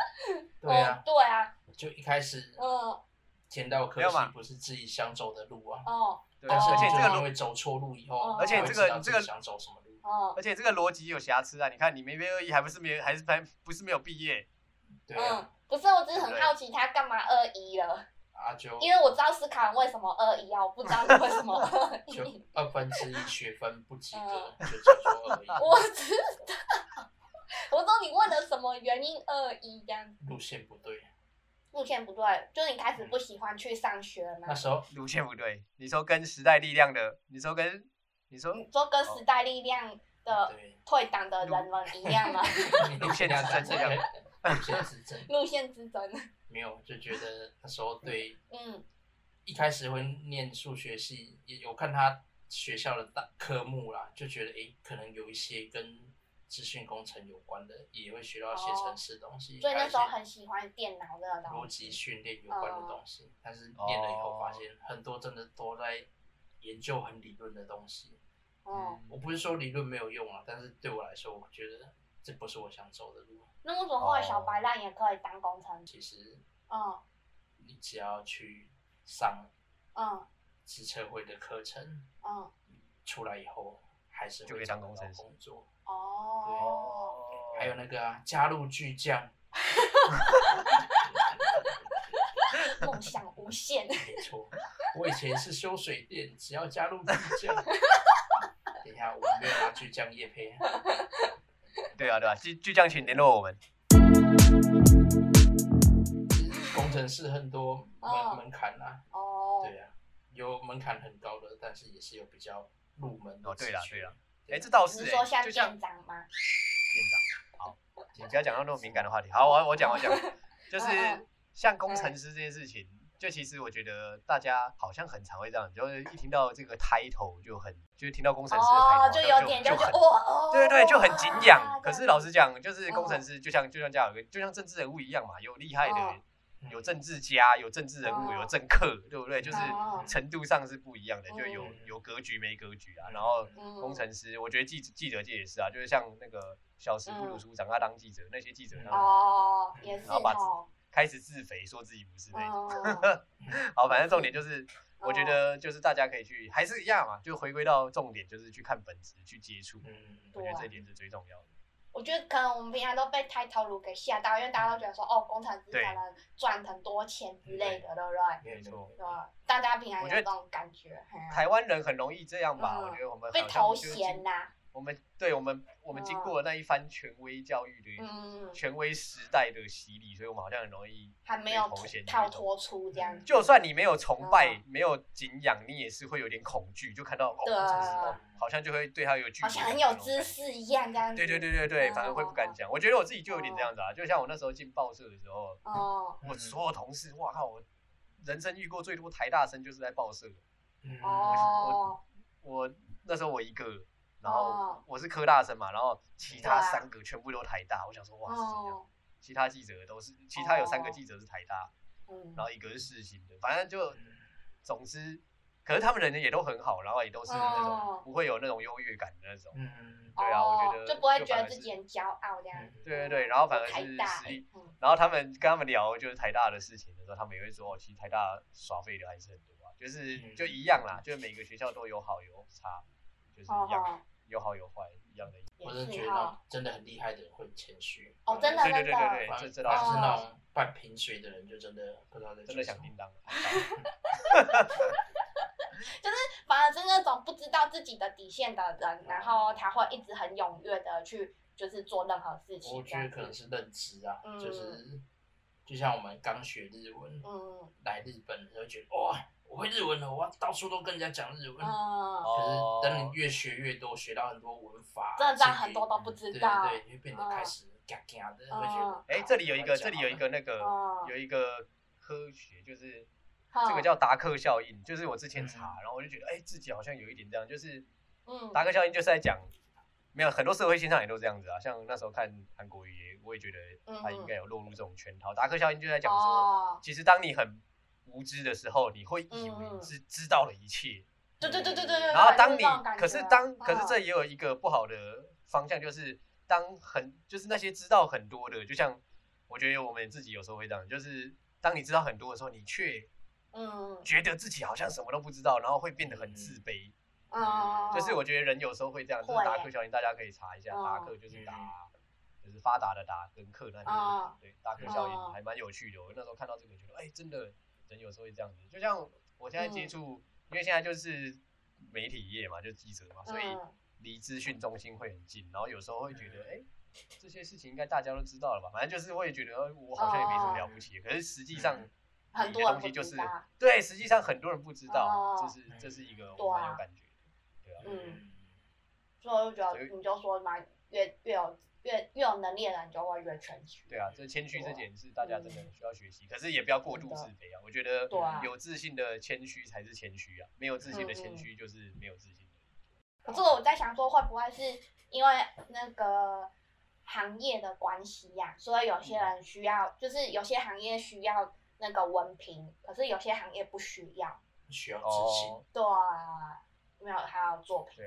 Speaker 1: 对
Speaker 3: 哦
Speaker 1: 啊，，
Speaker 3: 对啊，
Speaker 1: 就一开始
Speaker 3: 嗯，
Speaker 1: 填到科
Speaker 2: 没有嘛
Speaker 1: 系不是自己想走的路啊。
Speaker 3: 哦，
Speaker 2: 对，
Speaker 1: 但是
Speaker 2: 而
Speaker 1: 你
Speaker 2: 且
Speaker 1: 就
Speaker 2: 这个
Speaker 1: 因
Speaker 2: 逻，
Speaker 1: 为走错路以
Speaker 3: 哦
Speaker 1: 后，
Speaker 3: 而且
Speaker 1: 你
Speaker 2: 这
Speaker 1: 会
Speaker 2: 个
Speaker 1: 知道自
Speaker 2: 这
Speaker 1: 己
Speaker 2: 个
Speaker 1: 想走什么路，
Speaker 3: 哦
Speaker 2: 而，且这个逻辑有瑕疵啊！你看你没被二一，还不是没还是还不是没有毕业，
Speaker 1: 对
Speaker 3: 嗯
Speaker 1: 啊，，
Speaker 3: 不是，我只是很好奇他干嘛二一了，
Speaker 1: 啊就
Speaker 3: 因为我知道思考为什么二一啊，我不知道你为什
Speaker 1: (laughs)
Speaker 3: 么二
Speaker 1: 就
Speaker 3: 一，
Speaker 1: 二分之一学分不及格
Speaker 3: 嗯，
Speaker 1: 就叫做二
Speaker 3: 我
Speaker 1: 一，
Speaker 3: 知道，我说你问了什么原因二一这样子，
Speaker 1: 路线不对。
Speaker 3: 目前不对，就是你开始不喜欢去上学了吗
Speaker 1: 那？时候
Speaker 2: 路线不对。你说跟时代力量的，你说跟你说
Speaker 3: 你说跟时代力量的
Speaker 1: 哦
Speaker 2: (laughs)
Speaker 1: 对，
Speaker 3: 退党的人们一样吗？
Speaker 1: 你
Speaker 2: 路线之争这样
Speaker 1: 路线之争
Speaker 3: 路线之
Speaker 1: (laughs)
Speaker 3: 争，
Speaker 1: 没有，就觉得那时候对
Speaker 3: 嗯，
Speaker 1: 一开始会念数学系，也有看他学校的大科目啦，就觉得诶、可能有一些跟资讯工程有关的，也会学到一些
Speaker 3: 哦
Speaker 1: 程式东西，
Speaker 3: 所以
Speaker 1: 还有
Speaker 3: 那
Speaker 1: 一
Speaker 3: 时候
Speaker 1: 些
Speaker 3: 很喜欢电脑这个
Speaker 1: 逻
Speaker 3: 东西，
Speaker 1: 辑训练有关的东西，但是念了以后发现很多真的都在研究很理论的东西。
Speaker 3: 哦，
Speaker 1: 我不是说理论没有用啊，但是对我来说，我觉得这不是我想走的路。
Speaker 3: 那为什么
Speaker 1: 哦
Speaker 3: 后来小白烂也可以当工程师？
Speaker 1: 其实
Speaker 3: 嗯
Speaker 1: 你只要去上
Speaker 3: 嗯
Speaker 1: 职测会的课程，
Speaker 3: 嗯，
Speaker 1: 出来以后还是
Speaker 2: 就可
Speaker 1: 会
Speaker 2: 以当
Speaker 1: 找得
Speaker 2: 工程
Speaker 1: 到
Speaker 2: 师
Speaker 1: 工作。
Speaker 3: 哦，
Speaker 2: (laughs)
Speaker 1: 还有那个啊，加入巨匠， (laughs)
Speaker 3: 梦想无
Speaker 2: (laughs)
Speaker 3: 限。
Speaker 1: 没错，我以前是修水电，只要加入地
Speaker 3: (laughs)
Speaker 1: 酱。等一下，我没有拿去酱叶配。
Speaker 2: 对啊，对啊，巨巨匠请联络我们。
Speaker 1: 工程师很多
Speaker 3: 哦
Speaker 1: 门门槛啊，
Speaker 3: 哦，
Speaker 1: 对啊，有门槛很高的，但是也是有比较入门的
Speaker 2: 哦对
Speaker 1: 啦
Speaker 2: 啦对啦，哎，这倒
Speaker 3: 你
Speaker 2: 是
Speaker 3: 是说
Speaker 2: 哎，
Speaker 3: 像
Speaker 2: 就像
Speaker 3: 店长吗？
Speaker 2: 店长。好，你不要讲到那么敏感的话题。好，我我讲我讲，就是
Speaker 3: 嗯嗯
Speaker 2: 像工程师这件事情，就其实我觉得大家好像很常会这样，就是一听到这个 title 就很，就是听到工程师的 title，
Speaker 3: 哦
Speaker 2: 好，
Speaker 3: 就
Speaker 2: 像
Speaker 3: 有点
Speaker 2: 就
Speaker 3: 觉
Speaker 2: 很
Speaker 3: 得。哇哦，
Speaker 2: 对对对，就很敬仰。可是老
Speaker 3: 师
Speaker 2: 实讲，就是工
Speaker 3: 嗯
Speaker 2: 程师，就像就像这样，就像政治人物一样嘛，有厉害的
Speaker 3: 嗯，
Speaker 1: 嗯
Speaker 2: 有政治家，有政治人物，
Speaker 3: 嗯
Speaker 2: 有政客，对不对？就是
Speaker 3: 嗯
Speaker 2: 程度上是不一样的，就有
Speaker 1: 嗯
Speaker 2: 有格局没格局啊。然后
Speaker 3: 嗯
Speaker 2: 工程师，我觉得记记者界也是啊，就是像那个小时不读书，长大当记者那些记者，
Speaker 1: 嗯
Speaker 2: 然后
Speaker 3: 嗯哦，也是
Speaker 2: 然后把
Speaker 3: 哦，
Speaker 2: 开始自肥，说自己不是那种。 (laughs)
Speaker 3: 嗯
Speaker 2: 好，反正重点就是，我
Speaker 3: 哦
Speaker 2: 觉得就是大家可以去，还是一样嘛，就回归到重点，就是去看本质，去接触。
Speaker 1: 嗯，
Speaker 2: 我觉得
Speaker 3: 对啊
Speaker 2: 这一点是最重要的。
Speaker 3: 我觉得可能我们平常都被 title 如给吓到，因为大家都觉得说哦，工程师
Speaker 2: 对
Speaker 3: 才能赚很多钱之类的，对不对？
Speaker 1: 没有
Speaker 2: 没错
Speaker 3: 对吧，大家平常有
Speaker 2: 我觉得
Speaker 3: 这种感觉，嘿啊
Speaker 2: 台湾人很容易这样吧？
Speaker 3: 嗯
Speaker 2: 我觉得我们
Speaker 3: 被
Speaker 2: 好像
Speaker 3: 头
Speaker 2: 就
Speaker 3: 衔
Speaker 2: 经
Speaker 3: 呐，
Speaker 2: 我们对我们我们经过了那一番权威教育的、
Speaker 3: 嗯，
Speaker 2: 权威时代的洗礼，所以我们好像很容易
Speaker 3: 还没有
Speaker 2: 被头衔
Speaker 3: 跳。脱出这样子，
Speaker 2: 嗯就算你没有崇拜、没有敬仰，你也是会有点恐惧，就看到哦，
Speaker 3: 嗯对
Speaker 2: 工程师哦好像就会对他有距离，
Speaker 3: 好像很有知。识一样这样子。
Speaker 2: 对对对对对，
Speaker 3: 嗯
Speaker 2: 反而会不敢讲。我觉得我自己就有点这样子啊，就像我那时候进报社的时候，
Speaker 3: 哦
Speaker 2: 我所有同事，哇靠，我人生遇过最多台大生就是在报社。
Speaker 1: 嗯
Speaker 3: 哦，
Speaker 2: 我那时候我一个，然后
Speaker 3: 哦
Speaker 2: 我是科大生嘛，然后其
Speaker 3: 对
Speaker 2: 他
Speaker 3: 啊
Speaker 2: 三个全部都台大，我想说哇是怎样？
Speaker 3: 哦，
Speaker 2: 其他记者都是，其他有三个
Speaker 3: 哦
Speaker 2: 记者是台大，
Speaker 3: 嗯
Speaker 2: 然后一个是世新的，反正
Speaker 1: 嗯
Speaker 2: 就总之，可是他们人也都很好，然后也都是那种
Speaker 3: 哦
Speaker 2: 不会有那种优越感的那种，
Speaker 1: 嗯，
Speaker 2: 对啊我觉
Speaker 3: 哦
Speaker 2: 得
Speaker 3: 就不会
Speaker 2: 就
Speaker 3: 觉
Speaker 2: 反
Speaker 3: 得
Speaker 2: 而
Speaker 3: 自
Speaker 2: 是嗯
Speaker 3: 己很骄傲这样。
Speaker 2: 对对对，然后反而
Speaker 3: 我台
Speaker 2: 是
Speaker 3: 大
Speaker 2: 私立，
Speaker 3: 嗯
Speaker 2: 然后他们跟他们聊就是台大的事情的时候，他们也会说哦，其实台大耍废的还是很多啊，就是
Speaker 1: 嗯
Speaker 2: 就一样啦，就是每个学校都有好有差，就是
Speaker 3: 哦
Speaker 2: 一样。
Speaker 3: 哦，
Speaker 2: 有好有坏一样的意思。
Speaker 1: 我是
Speaker 3: 也
Speaker 1: 觉
Speaker 3: 是哈。
Speaker 1: 得真的很厉害的人会谦虚，
Speaker 3: 哦真的哦
Speaker 2: 对对对对
Speaker 1: 反
Speaker 2: 对，
Speaker 1: 而
Speaker 2: 这
Speaker 1: 是
Speaker 2: 这倒是
Speaker 1: 那种半瓶水的人，就真的不知道在
Speaker 2: 真的
Speaker 1: 想
Speaker 2: 响叮当。啊
Speaker 3: 反而是那种不知道自己的底线的人，然后
Speaker 1: 哦
Speaker 3: 他会一直很踊跃的去就是做任何事
Speaker 1: 我
Speaker 3: 情这
Speaker 1: 觉得
Speaker 3: 样
Speaker 1: 可能
Speaker 3: 子。
Speaker 1: 是认知啊，
Speaker 3: 嗯
Speaker 1: 就是就像我们刚学日文，
Speaker 3: 嗯
Speaker 1: 来日本的时候觉得哇，我会日文了，我要到处都跟人家讲日文。
Speaker 3: 嗯，
Speaker 2: 哦
Speaker 1: 可是等你越学越多，学到很多文法，
Speaker 3: 真的这样
Speaker 1: 甚至
Speaker 3: 很多都不知
Speaker 1: 对
Speaker 3: 道
Speaker 1: 对对，你会变得开始嘎嘎的，会觉得
Speaker 3: 嗯
Speaker 2: 哎，这里有一个，这里有一，个那个
Speaker 3: 哦
Speaker 2: 有一个科学，就是
Speaker 3: 好
Speaker 2: 这个叫达克效应，就是我之
Speaker 1: 嗯
Speaker 2: 前查，然后我就觉得哎，自己好像有一点这样，就是
Speaker 3: 嗯
Speaker 2: 达克效应就是在讲。没有很多社会现象也都这样子啊，像那时候看韩国瑜也，我也觉得他应该有落入这种圈套。达克效应就在讲说，
Speaker 3: 哦，
Speaker 2: 其实当你很无知的时候，你会以为
Speaker 3: 嗯嗯
Speaker 2: 是知道了一切，
Speaker 3: 对对对对对对。
Speaker 2: 然后
Speaker 3: 对
Speaker 2: 当
Speaker 3: 就是
Speaker 2: 你
Speaker 3: 这种感
Speaker 2: 可是
Speaker 3: 觉
Speaker 2: 当可是
Speaker 3: 嗯
Speaker 2: 这也有一个不好的方向，就是当很就是那些知道很多的，就像我觉得我们自己有时候会这样，就是当你知道很多的时候，你却
Speaker 3: 嗯
Speaker 2: 觉得自己好像什么都不知道，然后会变得很自卑。
Speaker 3: 嗯，
Speaker 2: 就是我觉得人有时候会这样，就是
Speaker 3: 会
Speaker 2: 达
Speaker 3: 耶
Speaker 2: 克效应，大家可以查一下，
Speaker 3: 嗯
Speaker 2: 达克就是达。就是发达的达跟克那
Speaker 3: 嗯
Speaker 2: 里，对达克效应
Speaker 3: 嗯
Speaker 2: 还蛮有趣的。我那时候看到这个，觉得哎，真的人有时候会这样子。就像我现在
Speaker 3: 嗯
Speaker 2: 接触，因为现在就是媒体业嘛，就记者嘛，所以
Speaker 3: 嗯
Speaker 2: 离资讯中心会很近，然后有时候会觉得，哎、这些事情应该大家都知道了吧？反正就是会觉得，呃我好像也没什么了不
Speaker 3: 哦
Speaker 2: 起。可是实际上，
Speaker 1: 嗯
Speaker 3: 很多
Speaker 2: 有些
Speaker 3: 人
Speaker 2: 东西
Speaker 3: 不
Speaker 2: 就
Speaker 3: 知
Speaker 2: 是
Speaker 3: 道
Speaker 2: 对，实际上很多人不知道，
Speaker 3: 哦
Speaker 2: 这是这是一个
Speaker 3: 对啊
Speaker 2: 我蛮有感觉的，对啊。
Speaker 3: 嗯，所以我就觉
Speaker 2: 所
Speaker 3: 得
Speaker 2: 以
Speaker 3: 你就说嘛，越越有越越有能力的人就会越谦虚。
Speaker 2: 对啊，这谦虚这点是大家真的需要学习，可是也不要过度自卑啊。我觉得
Speaker 3: 对啊
Speaker 2: 有自信的谦虚才是谦虚啊，没有自信的谦虚就是没有自信的。
Speaker 3: 可是我在想说，会不会是因为那个行业的关系呀、所以有些人需要，就是有些行业需要那个文凭，可是有些行业不需要。
Speaker 1: 需要自信。
Speaker 2: 哦，
Speaker 3: 对啊，没有还有作品。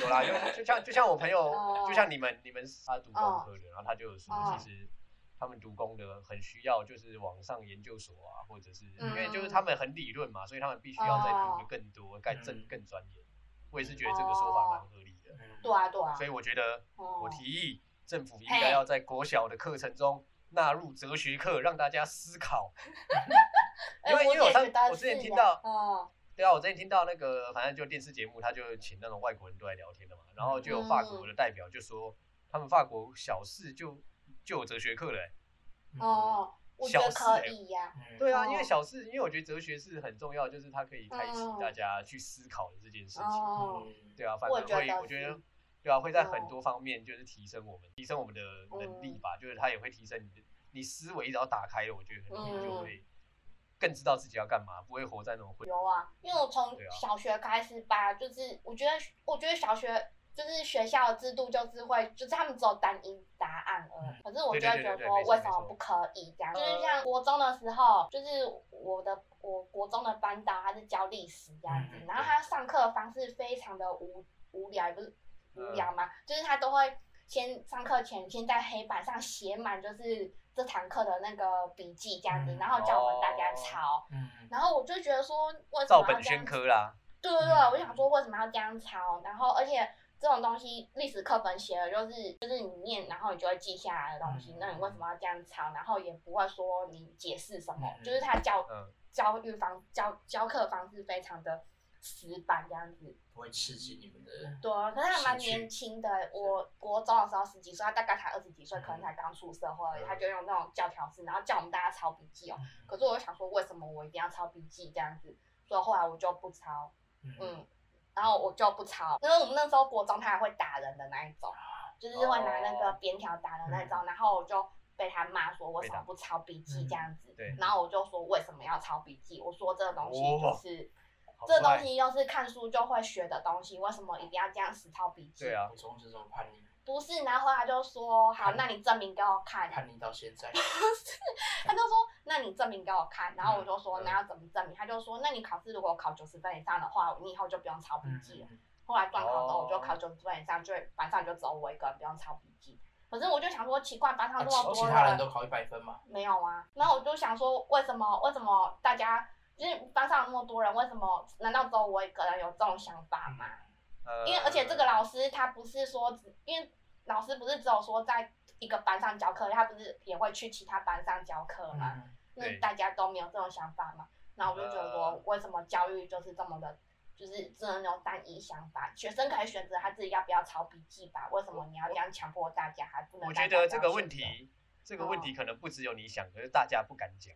Speaker 2: 对啊，有啦，就就像就像我朋友，
Speaker 3: 哦
Speaker 2: 就像你们你们他读工科的，然后他就有说，
Speaker 3: 哦
Speaker 2: 其实他们读工的很需要就是往上研究所啊，或者是因
Speaker 3: 嗯
Speaker 2: 为就是他们很理论嘛，所以他们必须要再读的更多，更更
Speaker 1: 嗯
Speaker 2: 更专业。我也是觉得这个说法蛮合理的，
Speaker 1: 嗯
Speaker 3: 对啊，对啊
Speaker 2: 所。以我觉得
Speaker 3: 哦
Speaker 2: 我提议政府应该要在国小的课程中纳入哲学课，让大家思考。
Speaker 3: (laughs) 哎
Speaker 2: 因为因
Speaker 3: 我
Speaker 2: 为我
Speaker 3: 也
Speaker 2: 上
Speaker 3: 觉得
Speaker 2: 我之前
Speaker 3: 是
Speaker 2: 听
Speaker 3: 耶
Speaker 2: 到
Speaker 3: 嗯
Speaker 2: 对啊，我之前听到那个，反正就电视节目，他就请那种外国人都来聊天的嘛，然后就有法
Speaker 3: 嗯
Speaker 2: 国的代表就说，他们法国小事就就有哲学课了、欸。
Speaker 3: 哦，我觉得
Speaker 2: 小事
Speaker 3: 可
Speaker 2: 哎
Speaker 3: 以呀，
Speaker 1: 嗯，
Speaker 2: 对啊，
Speaker 3: 哦
Speaker 2: 因为小事，因为我觉得哲学是很重要，就是它可以开启
Speaker 3: 嗯
Speaker 2: 大家去思考的这件事情。
Speaker 3: 哦，
Speaker 1: 嗯，
Speaker 2: 对啊，反
Speaker 3: 我
Speaker 2: 正
Speaker 3: 觉
Speaker 2: 会，
Speaker 3: 得
Speaker 2: 我觉
Speaker 3: 是
Speaker 2: 得，对啊，会在
Speaker 3: 哦
Speaker 2: 很多方面就是提升我们，提升我们的能力
Speaker 3: 嗯
Speaker 2: 吧。就是它也会提升你的，你思维只要打开了，我觉得可能你就
Speaker 3: 嗯
Speaker 2: 会更知道自己要干嘛，不会活在那种混。
Speaker 3: 有啊，因为我从
Speaker 2: 对啊
Speaker 3: 小学开始吧，就是我觉得，我觉得小学就是学校的制度就是会，就是他们只有单一答案而已。可是我就会
Speaker 2: 嗯对对对
Speaker 3: 觉得
Speaker 2: 对
Speaker 3: 说
Speaker 2: 没，错
Speaker 3: 为什么
Speaker 2: 没错
Speaker 3: 不可以这样？就是像国中的时候，就是我的我国中的班导他是教历史这样子，
Speaker 1: 嗯
Speaker 3: 然后他上课的方式非常的无无聊，也不是
Speaker 2: 嗯
Speaker 3: 无聊嘛，就是他都会先上课前先在黑板上写满就是这堂课的那个笔记这样子，
Speaker 1: 嗯
Speaker 3: 然后叫我们大家
Speaker 2: 哦
Speaker 3: 抄。
Speaker 1: 嗯，
Speaker 3: 然后我就觉得说，为什
Speaker 2: 照
Speaker 3: 么要
Speaker 2: 本
Speaker 3: 这样
Speaker 2: 宣
Speaker 3: 子？
Speaker 2: 科啦，
Speaker 3: 对对对，
Speaker 1: 嗯
Speaker 3: 我想说为什么要这样抄？然后而且这种东西历史课本写的就是就是你念，然后你就会记下来的东西
Speaker 1: 嗯，
Speaker 3: 那你为什么要这样抄？然后也不会说你解释什么，
Speaker 1: 嗯
Speaker 3: 就是他教
Speaker 2: 嗯，
Speaker 3: 教育方教教课方式非常的死板这样子。
Speaker 1: 不会刺激你们的，
Speaker 3: 对啊，可是他蛮
Speaker 1: 兴趣
Speaker 3: 年轻的，我国中的时候十几岁，他大概才二十几岁，可能才刚出社会而已，
Speaker 2: 嗯
Speaker 3: 他就用那种教条式，然后叫我们大家抄笔记哦。
Speaker 1: 嗯
Speaker 3: 可是我就想说，为什么我一定要抄笔记这样子？所以后来我就不抄，
Speaker 1: 嗯，
Speaker 3: 嗯，然后我就不抄，因为我们那时候国中他还会打人的那一种，就是会拿那
Speaker 2: 哦
Speaker 3: 个扁条打人那一种，然后我就被他骂说为什么不抄笔记这样子
Speaker 2: 嗯嗯，对
Speaker 3: 然后我就说为什么要抄笔记？我说这个东西就
Speaker 2: 哦
Speaker 3: 是。
Speaker 2: 好
Speaker 3: 这
Speaker 2: 快
Speaker 3: 东西又是看书就会学的东西，为什么一定要这样死抄笔记？
Speaker 2: 对，啊
Speaker 1: 国，中就这么叛逆，
Speaker 3: 不是，然后他就说好，
Speaker 1: 叛逆
Speaker 3: 那你证明给我看。
Speaker 1: 叛逆到现
Speaker 3: (laughs)
Speaker 1: 在，
Speaker 3: 他就说：“那你证明给我看。”然后我就说：“
Speaker 2: 嗯
Speaker 3: 那要怎么证明？”他就说：“那你考试如果考九十分以上的话，你以后就不用抄笔记了。
Speaker 1: 嗯，
Speaker 3: 后来段考之后，
Speaker 2: 哦
Speaker 3: 我就考九十分以上，就会班上就只有我一个人不用抄笔记。可是我就想说，奇怪，班上
Speaker 1: 啊
Speaker 3: 这
Speaker 1: 其
Speaker 3: 么
Speaker 1: 其
Speaker 3: 多
Speaker 1: 他人都考一百分嘛，
Speaker 3: 没有啊。然后我就想说，为什么为什么大家就是班上那么多人，为什么难道只有我一个人有这种想法
Speaker 1: 嗯
Speaker 3: 吗？
Speaker 2: 呃
Speaker 3: 因为而且这个老师他不是说只，因为老师不是只有说在一个班上教课，他不是也会去其他班上教课吗？
Speaker 1: 嗯
Speaker 3: 那
Speaker 2: 对
Speaker 3: 大家都没有这种想法嘛？然后我就觉得说
Speaker 2: 呃，
Speaker 3: 为什么教育就是这么的，就是只能有单一想法？学生可以选择他自己要不要抄笔记吧？为什么你要这样强迫大家，还不能？
Speaker 2: 我觉得这个问，题，这个
Speaker 3: 嗯
Speaker 2: 问题可能不只有你想，可是大家不敢讲。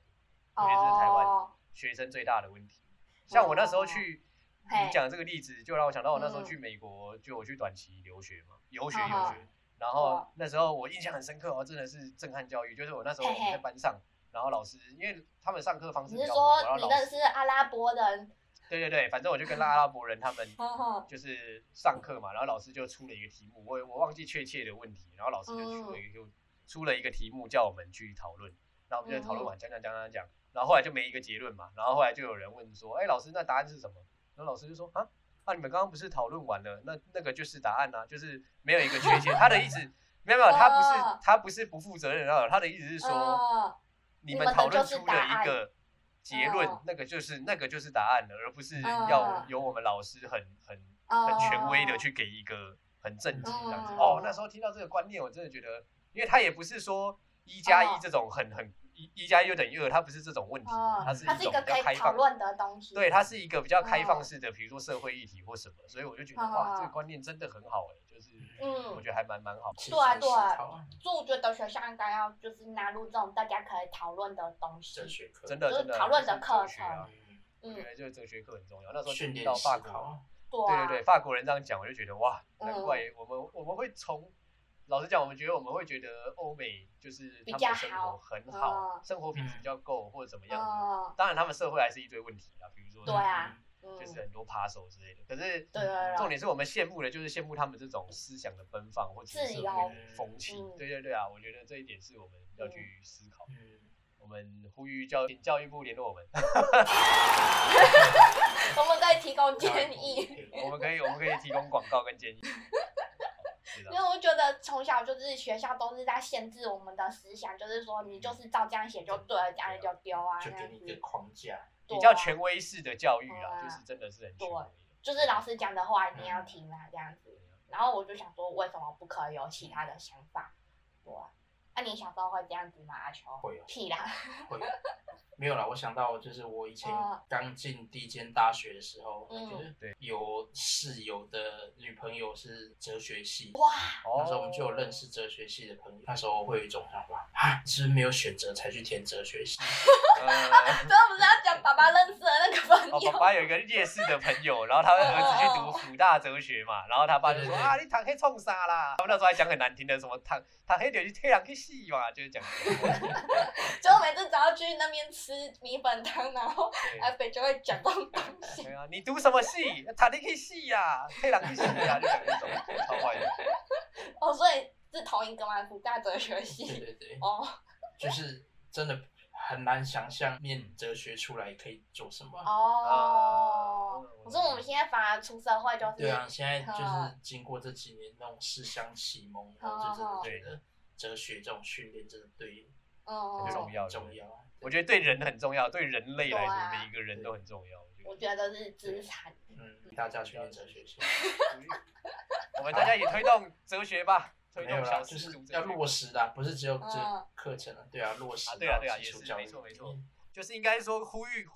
Speaker 2: 我觉得这是台湾
Speaker 3: 哦，
Speaker 2: 学生最大的问题。像我那时候去，
Speaker 3: 嘿
Speaker 2: 你讲这个例子，就让我想到我那时候
Speaker 3: 哦嗯
Speaker 2: 去美国，就我去短期留学嘛，游学
Speaker 3: 嗯
Speaker 2: 游学
Speaker 3: 嗯。
Speaker 2: 然
Speaker 3: 哇
Speaker 2: 后那时候我印象很深刻哦，真的是震撼教育。就是我那时候
Speaker 3: 嘿嘿
Speaker 2: 在班上，然后老师因为他们上课方式
Speaker 3: 你
Speaker 2: 比
Speaker 3: 是
Speaker 2: 较多，然
Speaker 3: 说
Speaker 2: 后
Speaker 3: 你
Speaker 2: 老
Speaker 3: 认识
Speaker 2: 师
Speaker 3: 阿拉伯人？
Speaker 2: 对对对，反正我就跟阿拉伯人他们
Speaker 3: 呵呵，
Speaker 2: 就是上课嘛，然后老师就出了一个题目，我也我忘记确切的问题，然后老师就出了一个、出了一个题目叫我们去讨论，然后我们就讨论完讲讲讲讲讲，然后后来就没一个结论嘛，然后后来就有人问说，哎，老师那答案是什么？然后老师就说啊，啊你们刚刚不是讨论完了，那那个就是答案啊，就是没有一个缺陷，他的意思没有没有，他不
Speaker 3: 哦
Speaker 2: 是他不是不负责任啊，他的意思是说。
Speaker 3: 嗯
Speaker 2: 你
Speaker 3: 你
Speaker 2: 们
Speaker 3: 们的
Speaker 2: 讨论
Speaker 3: 就是
Speaker 2: 出
Speaker 3: 答
Speaker 2: 的
Speaker 3: 案
Speaker 2: 一个结论
Speaker 3: 嗯，
Speaker 2: 那个就是那个就是答案了，而不是
Speaker 3: 嗯
Speaker 2: 要由我们老师很很
Speaker 3: 哦
Speaker 2: 很权威的去给一个很正经这样子。
Speaker 3: 嗯
Speaker 2: 哦，那时候听到这个观念，我真的觉得，因为他也不是说一加一这种很很一一加一就等于二，它不是这种问题，
Speaker 3: 哦，
Speaker 2: 它是一
Speaker 3: 它是一
Speaker 2: 种
Speaker 3: 个
Speaker 2: 比
Speaker 3: 可
Speaker 2: 较开
Speaker 3: 以讨
Speaker 2: 放。
Speaker 3: 论的东西。
Speaker 2: 对，它是一个比较开放
Speaker 3: 嗯
Speaker 2: 式的，比如说社会议题或什么，所以我就觉得
Speaker 3: 嗯
Speaker 2: 哇，这个观念真的很好哎，就是
Speaker 3: 嗯
Speaker 2: 我觉得还蛮蛮好的。
Speaker 1: 其实
Speaker 3: 对啊
Speaker 1: 是
Speaker 3: 对啊
Speaker 1: 思考啊
Speaker 3: 所以我觉得学校应该要就是纳入这种大家可以讨论的东西
Speaker 1: 哲。学课
Speaker 2: 真的
Speaker 3: 就是
Speaker 2: 真的
Speaker 3: 讨论的
Speaker 2: 就是
Speaker 3: 课
Speaker 2: 哲学啊
Speaker 1: 嗯
Speaker 2: 我觉
Speaker 3: 嗯，
Speaker 2: 得就是哲学课很重要。那时候
Speaker 1: 训
Speaker 2: 听
Speaker 1: 练
Speaker 2: 到
Speaker 1: 思
Speaker 2: 法国
Speaker 1: 考，
Speaker 3: 对
Speaker 2: 对
Speaker 3: 啊，
Speaker 2: 对对，法国人这样讲，我就觉得哇，
Speaker 3: 嗯
Speaker 2: 难怪我们、我们会从，老实讲，我们觉得我们会觉得欧美就是他们的生活很
Speaker 3: 比较好
Speaker 2: 好，生活品质比较够、或者怎么样子。
Speaker 3: 嗯
Speaker 2: 当然，他们社会还是一堆问题啊，比如说
Speaker 3: 对啊，嗯，
Speaker 2: 就是很多扒手之类的。可是
Speaker 3: 对对对，
Speaker 2: 重点是我们羡慕的，就是羡慕他们这种思想的奔放或者
Speaker 3: 自
Speaker 2: 是社
Speaker 3: 由
Speaker 2: 会的风气。
Speaker 3: 嗯
Speaker 2: 对对对啊，我觉得这一点是我们要去思考。
Speaker 1: 嗯，
Speaker 3: (laughs)
Speaker 2: 我们呼吁教请教育部联络我们，
Speaker 3: 我们在提供建议，(laughs)
Speaker 2: 我们可以我们可以提供广告跟建议。是的
Speaker 3: 因为我觉得从小就是学校都是在限制我们的思想，就是说你就是照这样写就对了，这样就丢啊，
Speaker 1: 就
Speaker 3: 那
Speaker 1: 给
Speaker 3: 样
Speaker 1: 你一个
Speaker 3: 子，
Speaker 1: 框架，
Speaker 3: 对
Speaker 2: 比
Speaker 3: 啊
Speaker 2: 较权威式的教育
Speaker 3: 对啊
Speaker 2: 啊，就是真的是很权威的。
Speaker 3: 就是老师讲的话一定要
Speaker 1: 嗯
Speaker 3: 听啊，这样子。然后我就想说，为什么不可以有其他的想法？对啊，那、你小时候会这样子吗？阿秋？
Speaker 1: 会啊
Speaker 3: 屁啦！ (laughs)
Speaker 1: 会没有啦，我想到就是我以前
Speaker 3: 嗯
Speaker 1: 刚进第一间大学的时候，
Speaker 3: 嗯
Speaker 1: 就是
Speaker 2: 对
Speaker 1: 有室友的女朋友是哲学系，那
Speaker 2: 那
Speaker 1: 时候我们就有认识哲学系的朋友，那时候会有一种想法啊，是不是没有选择才去填哲学系？ (laughs)
Speaker 3: 真的不是要讲爸爸认识的那个朋
Speaker 2: 哦，
Speaker 3: 友，嗯
Speaker 2: 呃爸爸有一个夜市的朋友，然后他儿子去读辅大哲学嘛，然后他爸就说
Speaker 1: 对对对
Speaker 2: 啊，你躺黑冲啥啦？他们那时候还讲很难听的，什么躺躺黑点去黑狼去戏嘛，就是讲这个
Speaker 3: (laughs)
Speaker 2: 东西。
Speaker 3: 就我每次只要去那边吃米粉汤，然后阿
Speaker 2: 对
Speaker 3: 北就会讲这种东西
Speaker 2: 对。啊，你读什么戏？躺黑去戏呀，黑狼去戏呀，就讲这种超坏的。
Speaker 3: 哦，所以是同一个吗？福大哲学
Speaker 1: 对
Speaker 3: 系。
Speaker 1: 对对，
Speaker 3: 哦
Speaker 1: 就是真的很难想象念哲学出来可以做什么。
Speaker 2: (laughs)
Speaker 3: 哦，可是我们现在反而出社会就是
Speaker 1: 对啊，现在就是
Speaker 3: 嗯
Speaker 1: 经过这几年那种思想启蒙，然后就真的觉得哲学这种训练真的对
Speaker 3: 嗯
Speaker 2: 很，哦重要
Speaker 1: 重要啊。
Speaker 2: 我觉得对人很重要，对人类来
Speaker 3: 对啊
Speaker 2: 说，每一个人都很重要。我觉
Speaker 3: 我觉
Speaker 2: 得
Speaker 3: 得是资产。
Speaker 1: 嗯，大家去念哲学系，
Speaker 2: (laughs) 我们大家也推动哲学吧，推
Speaker 1: 啊没有
Speaker 2: 动
Speaker 1: 啦，
Speaker 2: 小
Speaker 1: 就
Speaker 2: 思
Speaker 1: 是
Speaker 2: 读哲
Speaker 1: 要
Speaker 2: 学。
Speaker 1: 落实的啊，不是只有这
Speaker 3: 嗯
Speaker 1: 课程啊，对啊，落实
Speaker 2: 啊对啊对啊
Speaker 1: 到基础
Speaker 2: 也是
Speaker 1: 教育
Speaker 2: 没错没错就是应该说呼吁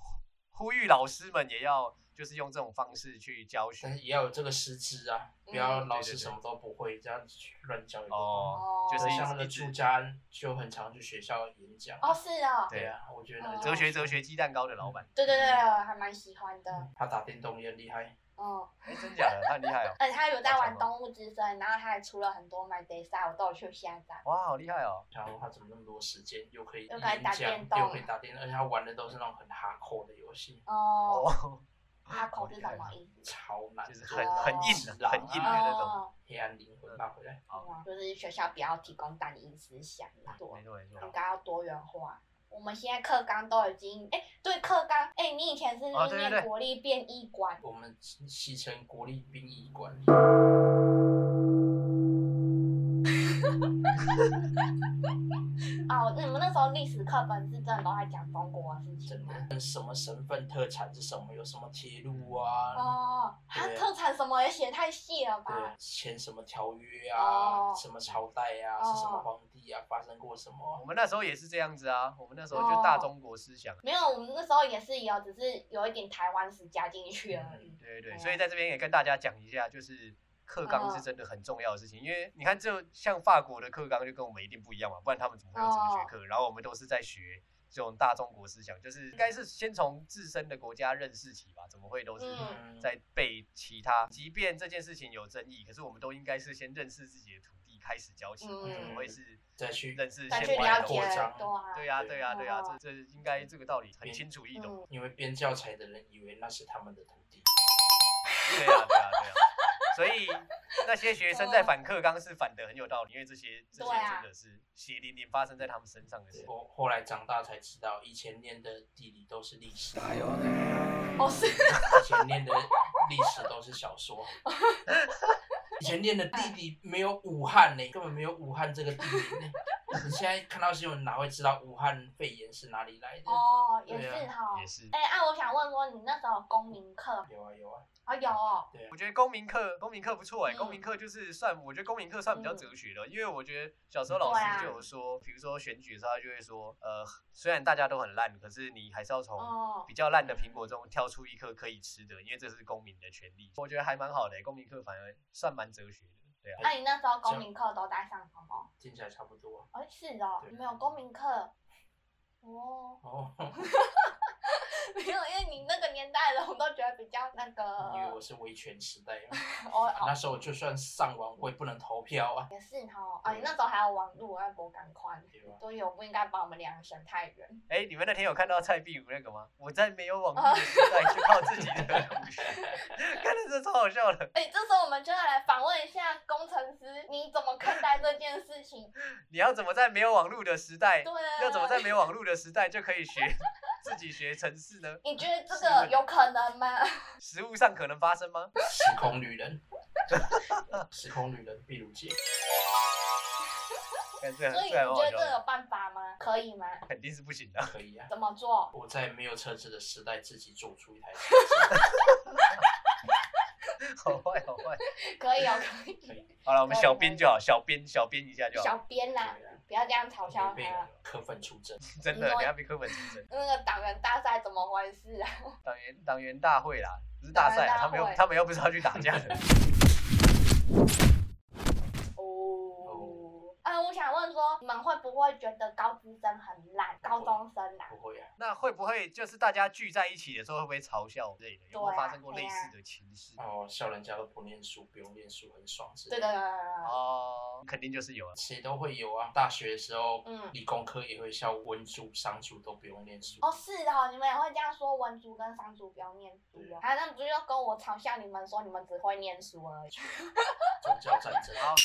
Speaker 2: 呼吁老师们也要就是用这种方式去教学
Speaker 1: 但是也要有这个师资啊，
Speaker 3: 嗯
Speaker 1: 不要老
Speaker 2: 对
Speaker 1: 师
Speaker 2: 对对
Speaker 1: 什么都不会，这样去乱教育。
Speaker 2: 哦
Speaker 3: 哦，
Speaker 2: 就是
Speaker 1: 像
Speaker 2: 一
Speaker 1: 那个
Speaker 2: 直
Speaker 1: 朱
Speaker 2: 一直
Speaker 1: 家安就很常去学校演讲啊。
Speaker 3: 哦，是哦，
Speaker 1: 对啊，我觉得那个
Speaker 3: 哦
Speaker 2: 哲学哲学鸡蛋糕的老板，
Speaker 3: 对对对，我还蛮喜欢的。
Speaker 1: 他打电动也很厉害。
Speaker 3: 嗯，
Speaker 2: 哎，真假的，他很厉害哦，
Speaker 3: 而且他有在玩《动物之声》，然后他还出了很多 My Day 我都有去下载。
Speaker 2: 哇，好厉害哦，
Speaker 1: 然后他怎么那么多时间，又可以
Speaker 3: 又可以
Speaker 1: 演
Speaker 3: 打
Speaker 1: 讲，
Speaker 3: 电动
Speaker 1: 又可以打电动，而且他玩的都是那种很哈扣的游戏，
Speaker 3: 哦， (laughs)
Speaker 2: 哦，
Speaker 3: 哈口是什么意思？
Speaker 1: 超难，
Speaker 2: 就是很
Speaker 3: 哦
Speaker 2: 很硬
Speaker 1: 是啊
Speaker 2: 的，很硬的那种，
Speaker 3: 哦，
Speaker 1: 黑暗灵魂拉回来。
Speaker 3: 嗯就是学校不要提供单一思想啦。对。
Speaker 2: 没错没
Speaker 3: 应
Speaker 2: 错，
Speaker 3: 该要多元化。我们现在课纲都已经，哎、对课纲，哎、你以前是
Speaker 2: 哦对对
Speaker 3: 念
Speaker 2: 对
Speaker 3: 国立变异馆，
Speaker 1: 我们戏称国立殡仪馆，
Speaker 3: 哦，你们那时候历史课本是真的都在讲中国的事情
Speaker 1: 真
Speaker 3: 吗？
Speaker 1: 的什么身份特产是什么，有什么铁路啊，
Speaker 3: 哦，啊，
Speaker 1: 对
Speaker 3: 特产什么也写太细了
Speaker 1: 对
Speaker 3: 吧？，
Speaker 1: 签什么条约啊，
Speaker 3: 哦
Speaker 1: 什么朝代啊，
Speaker 3: 哦
Speaker 1: 是什么皇帝啊，发生过什
Speaker 2: 我
Speaker 1: 么，
Speaker 2: 们那时候也是这样子啊，我们那时候
Speaker 3: 哦
Speaker 2: 就大中国思想。啊
Speaker 3: 没有，我们那时候也是有，只是有一点台湾史加进去而已。对
Speaker 2: 对对对，
Speaker 3: 啊
Speaker 2: 所以在这边也跟大家讲一下，就是
Speaker 3: 嗯
Speaker 2: 课纲是真的很重要的事情，因为你看，就像法国的课纲就跟我们一定不一样嘛，不然他们怎么会有哲
Speaker 3: 哦
Speaker 2: 学课？然后我们都是在学这种大中国思想，就是应该是先从自身的国家认识起吧，怎么会都是
Speaker 1: 嗯
Speaker 2: 在背其他？即便这件事情有争议，可是我们都应该是先认识自己的土地开始教起，
Speaker 3: 嗯
Speaker 2: 怎么会是
Speaker 1: 再去
Speaker 2: 认识
Speaker 3: 再去
Speaker 2: 先
Speaker 1: 嗯先玩
Speaker 3: 了
Speaker 2: 外
Speaker 1: 扩
Speaker 3: 解，
Speaker 2: 的国家？
Speaker 1: 张
Speaker 3: 对啊，
Speaker 2: 对呀、对呀、对呀、
Speaker 3: 哦
Speaker 2: 这这应该这个道理很清楚易懂。
Speaker 3: 嗯，
Speaker 1: 因为编教材的人以为那是他们的土地，
Speaker 2: 对啊，对啊，对啊。所以那些学生在反课纲是反的很有道理，因为这些这些
Speaker 3: 哦对啊
Speaker 2: 真的是血淋淋发生在他们身上的事。
Speaker 1: 我后来长大才知道，以前念的地理都是历史，
Speaker 5: だよね
Speaker 3: 哦是，
Speaker 1: (laughs) 以前念的历史都是小说，以前念的地理没有武汉呢、根本没有武汉这个地名呢、 (laughs) 你现在看到新闻，哪会知道武汉肺炎是哪里来的？
Speaker 3: 哦也
Speaker 1: 对啊
Speaker 3: 是哈。
Speaker 2: 也是，
Speaker 3: 哎、啊，我想问说，你那时候有公民课
Speaker 1: 有啊有啊，
Speaker 3: 啊、有哦，
Speaker 2: 我觉得公民课公民课不错哎、
Speaker 3: 嗯
Speaker 2: 公民课就是算我觉得公民课算比较哲学的，因为我觉得小时候老
Speaker 3: 对啊
Speaker 2: 师就有说，比如说选举的时候，他就会说，呃，虽然大家都很烂，可是你还是要从
Speaker 3: 哦
Speaker 2: 比较烂的苹果中挑出一颗可以吃的，因为这是公民的权利。我觉得还蛮好的、欸，公民课反而算蛮哲学的，对啊。
Speaker 3: 那、你那时候公民课都在上什么？
Speaker 1: 听起来差不多
Speaker 3: 哦，是哦，
Speaker 1: 对
Speaker 3: 你们有公民课，哦， (laughs)
Speaker 1: 哦。
Speaker 3: 没有，因为你那个年代的，我都觉得比较那个，
Speaker 1: (laughs) 因为我是维权时代嘛，啊
Speaker 3: 哦
Speaker 1: 那
Speaker 3: 哦，
Speaker 1: 时候我就算上网我也不能投票啊。
Speaker 3: 也是哈，啊，你那时候还有网络，还不赶快，
Speaker 1: 对
Speaker 2: 啊
Speaker 1: 吧？
Speaker 3: 所以我不应该把我们两个想太远。
Speaker 2: 哎、你们那天有看到蔡壁如那个吗？我在没有网
Speaker 3: 啊
Speaker 2: 络的时代就靠自己的故事，看的是超好笑的。
Speaker 3: 哎，这时候我们就要来访问一下工程师，你怎么看待这件事
Speaker 2: (laughs)
Speaker 3: 情？
Speaker 2: 你要怎么在没有网络的时代，
Speaker 3: 对，啊
Speaker 2: 要怎么在？没有网络的时代就可以学自己学城市呢？
Speaker 3: 你觉得这个有可能吗？
Speaker 2: 实物上可能发生
Speaker 3: (laughs)
Speaker 2: 吗？
Speaker 1: 时空旅人，时空旅人毕如杰，
Speaker 2: 看这
Speaker 3: 所以你
Speaker 2: 这还蛮好
Speaker 3: 觉得
Speaker 2: 笑
Speaker 3: 这
Speaker 2: 的，
Speaker 3: 有办法吗？可以吗？
Speaker 2: 肯定是不行的。
Speaker 1: 可以啊。
Speaker 3: 怎么做？
Speaker 1: 我在没有车子的时代自己做出一台
Speaker 3: (laughs)
Speaker 1: 车子，
Speaker 2: 好坏好坏。 (laughs)
Speaker 3: 可以哦，可以。
Speaker 2: 好了，我们小编就好，小编小编一下就好。
Speaker 3: 小编啦，
Speaker 1: 对啊
Speaker 3: 不要这样嘲笑
Speaker 1: 被
Speaker 3: 他。
Speaker 1: 科粉出征，
Speaker 2: 真的，等下被柯粉竞争。
Speaker 3: 那个党员大赛怎么回事啊？
Speaker 2: 党员党员大会啦，不是大赛啊啦，他
Speaker 3: 党员大会
Speaker 2: 们又他们又不是要去打架的。
Speaker 3: 哦，啊，我想问说，你们会不会觉得高职生很烂？高中生啊，
Speaker 2: 哦
Speaker 1: 不会啊，
Speaker 2: 那会不会就是大家聚在一起的时候，会不会嘲笑之类的？有没
Speaker 3: 对啊
Speaker 2: 有发生过类似的情事？
Speaker 1: 哦，笑人家都不念书，不用念书很爽是？
Speaker 3: 对对对对对
Speaker 2: 哦，肯定就是有了。
Speaker 1: 谁都会有啊。大学的时候，
Speaker 3: 嗯
Speaker 1: 理工科也会笑文组、商组都不用念书。
Speaker 3: 哦，是哦，你们也会这样说文竹跟商竹不要念书哦，啊，那不就跟我嘲笑你们说你们只会念书而已？
Speaker 1: 宗教战争，
Speaker 3: 哦
Speaker 2: 好，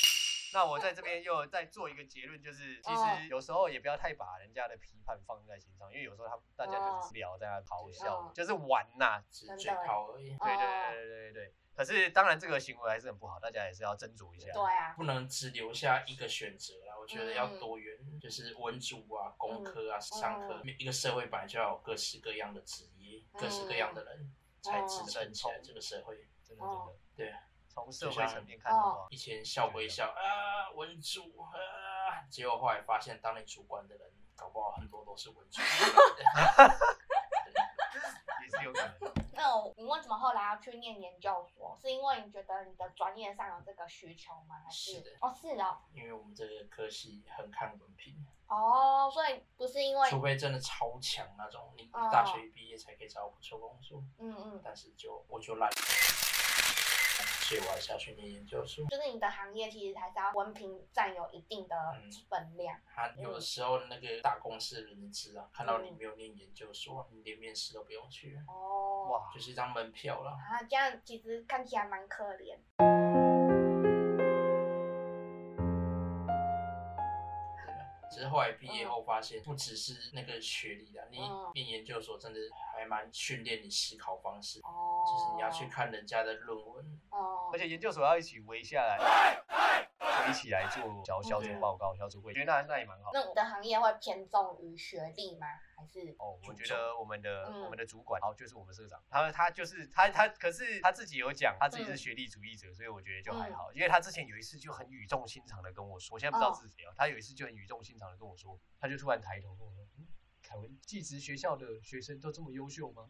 Speaker 2: 那我在这边又再做一个结论，就是其
Speaker 3: 嗯
Speaker 2: 实有时候也不要太把人家的批判放在心上，因为有时候他们大家就只是聊，在那咆
Speaker 3: 嗯
Speaker 2: 哮，就是玩呐。
Speaker 1: 只是嘴
Speaker 3: 欸
Speaker 1: 炮而已，
Speaker 2: 对对
Speaker 3: 哦
Speaker 2: 对对对对。可是当然这个行为还是很不好，大家也是要斟酌一下。
Speaker 3: 对啊，
Speaker 1: 不能只留下一个选择啦。我觉得要
Speaker 3: 嗯
Speaker 1: 多元，就是文组啊、工科啊、商
Speaker 3: 哦
Speaker 1: 科，一个社会本来就要有各式各样的职业，
Speaker 3: 嗯哦
Speaker 1: 各式各样的人，才支撑起来这个社会。
Speaker 2: 真的
Speaker 3: 嗯
Speaker 2: 真的。
Speaker 1: 对啊，
Speaker 2: 从社会层面看的
Speaker 3: 哦
Speaker 2: 话，
Speaker 1: 以前笑归笑啊，文组啊，结果后来发现，当你主管的人，搞不好很多都是文组。
Speaker 3: 嗯
Speaker 2: 也是有可能。
Speaker 3: 那我你为什么后来要去念研究所？是因为你觉得你的专业上有这个需求吗？还是
Speaker 1: 是的
Speaker 3: 哦，是哦，
Speaker 1: 因为我们这个科系很看文凭，
Speaker 3: 哦，所以不是因为
Speaker 1: 除非真的超强那种，你大学一毕业才可以找到不错工作，
Speaker 3: 嗯嗯，
Speaker 1: 但是就我就懒，所以我还是要去念研究所。
Speaker 3: 就是你的行业其实还是要文凭占有一定的
Speaker 1: 嗯
Speaker 3: 分量。
Speaker 1: 他有的时候那个大公司的人资啊，看到你没有念研究所，你连面试都不用去，
Speaker 3: 哦，
Speaker 2: 哇，
Speaker 1: 就是一张门票啦。
Speaker 3: 啊，这样其实看起来蛮可怜。
Speaker 1: 啊只是后来毕业后发现，不只是那个学历啊，你
Speaker 3: 嗯
Speaker 1: 念研究所真的还蛮训练你思考方式，
Speaker 3: 哦，
Speaker 1: 就是你要去看人家的论
Speaker 3: (laughs)
Speaker 1: 文，
Speaker 3: 哦
Speaker 2: 而，且研究所要一起围下来，一起来做小小组报告、小组会，觉得那那也蛮好。
Speaker 3: 那我的行业会偏重于学历吗？还是
Speaker 2: 哦，我觉得我们的、
Speaker 3: 嗯
Speaker 2: 我们的主管，好就是我们社长，他他就是他他，可是他自己有讲他
Speaker 3: 嗯
Speaker 2: 自己是学历主义者，所以我觉得就还好，因为他之前有一次就很语重心长的跟我说，我现在不知道是谁哦，他有一次就很语重心长的跟我说，他就突然抬头跟我说，嗯，凯文，技职学校的学生都这么优
Speaker 3: (laughs)
Speaker 2: 秀吗？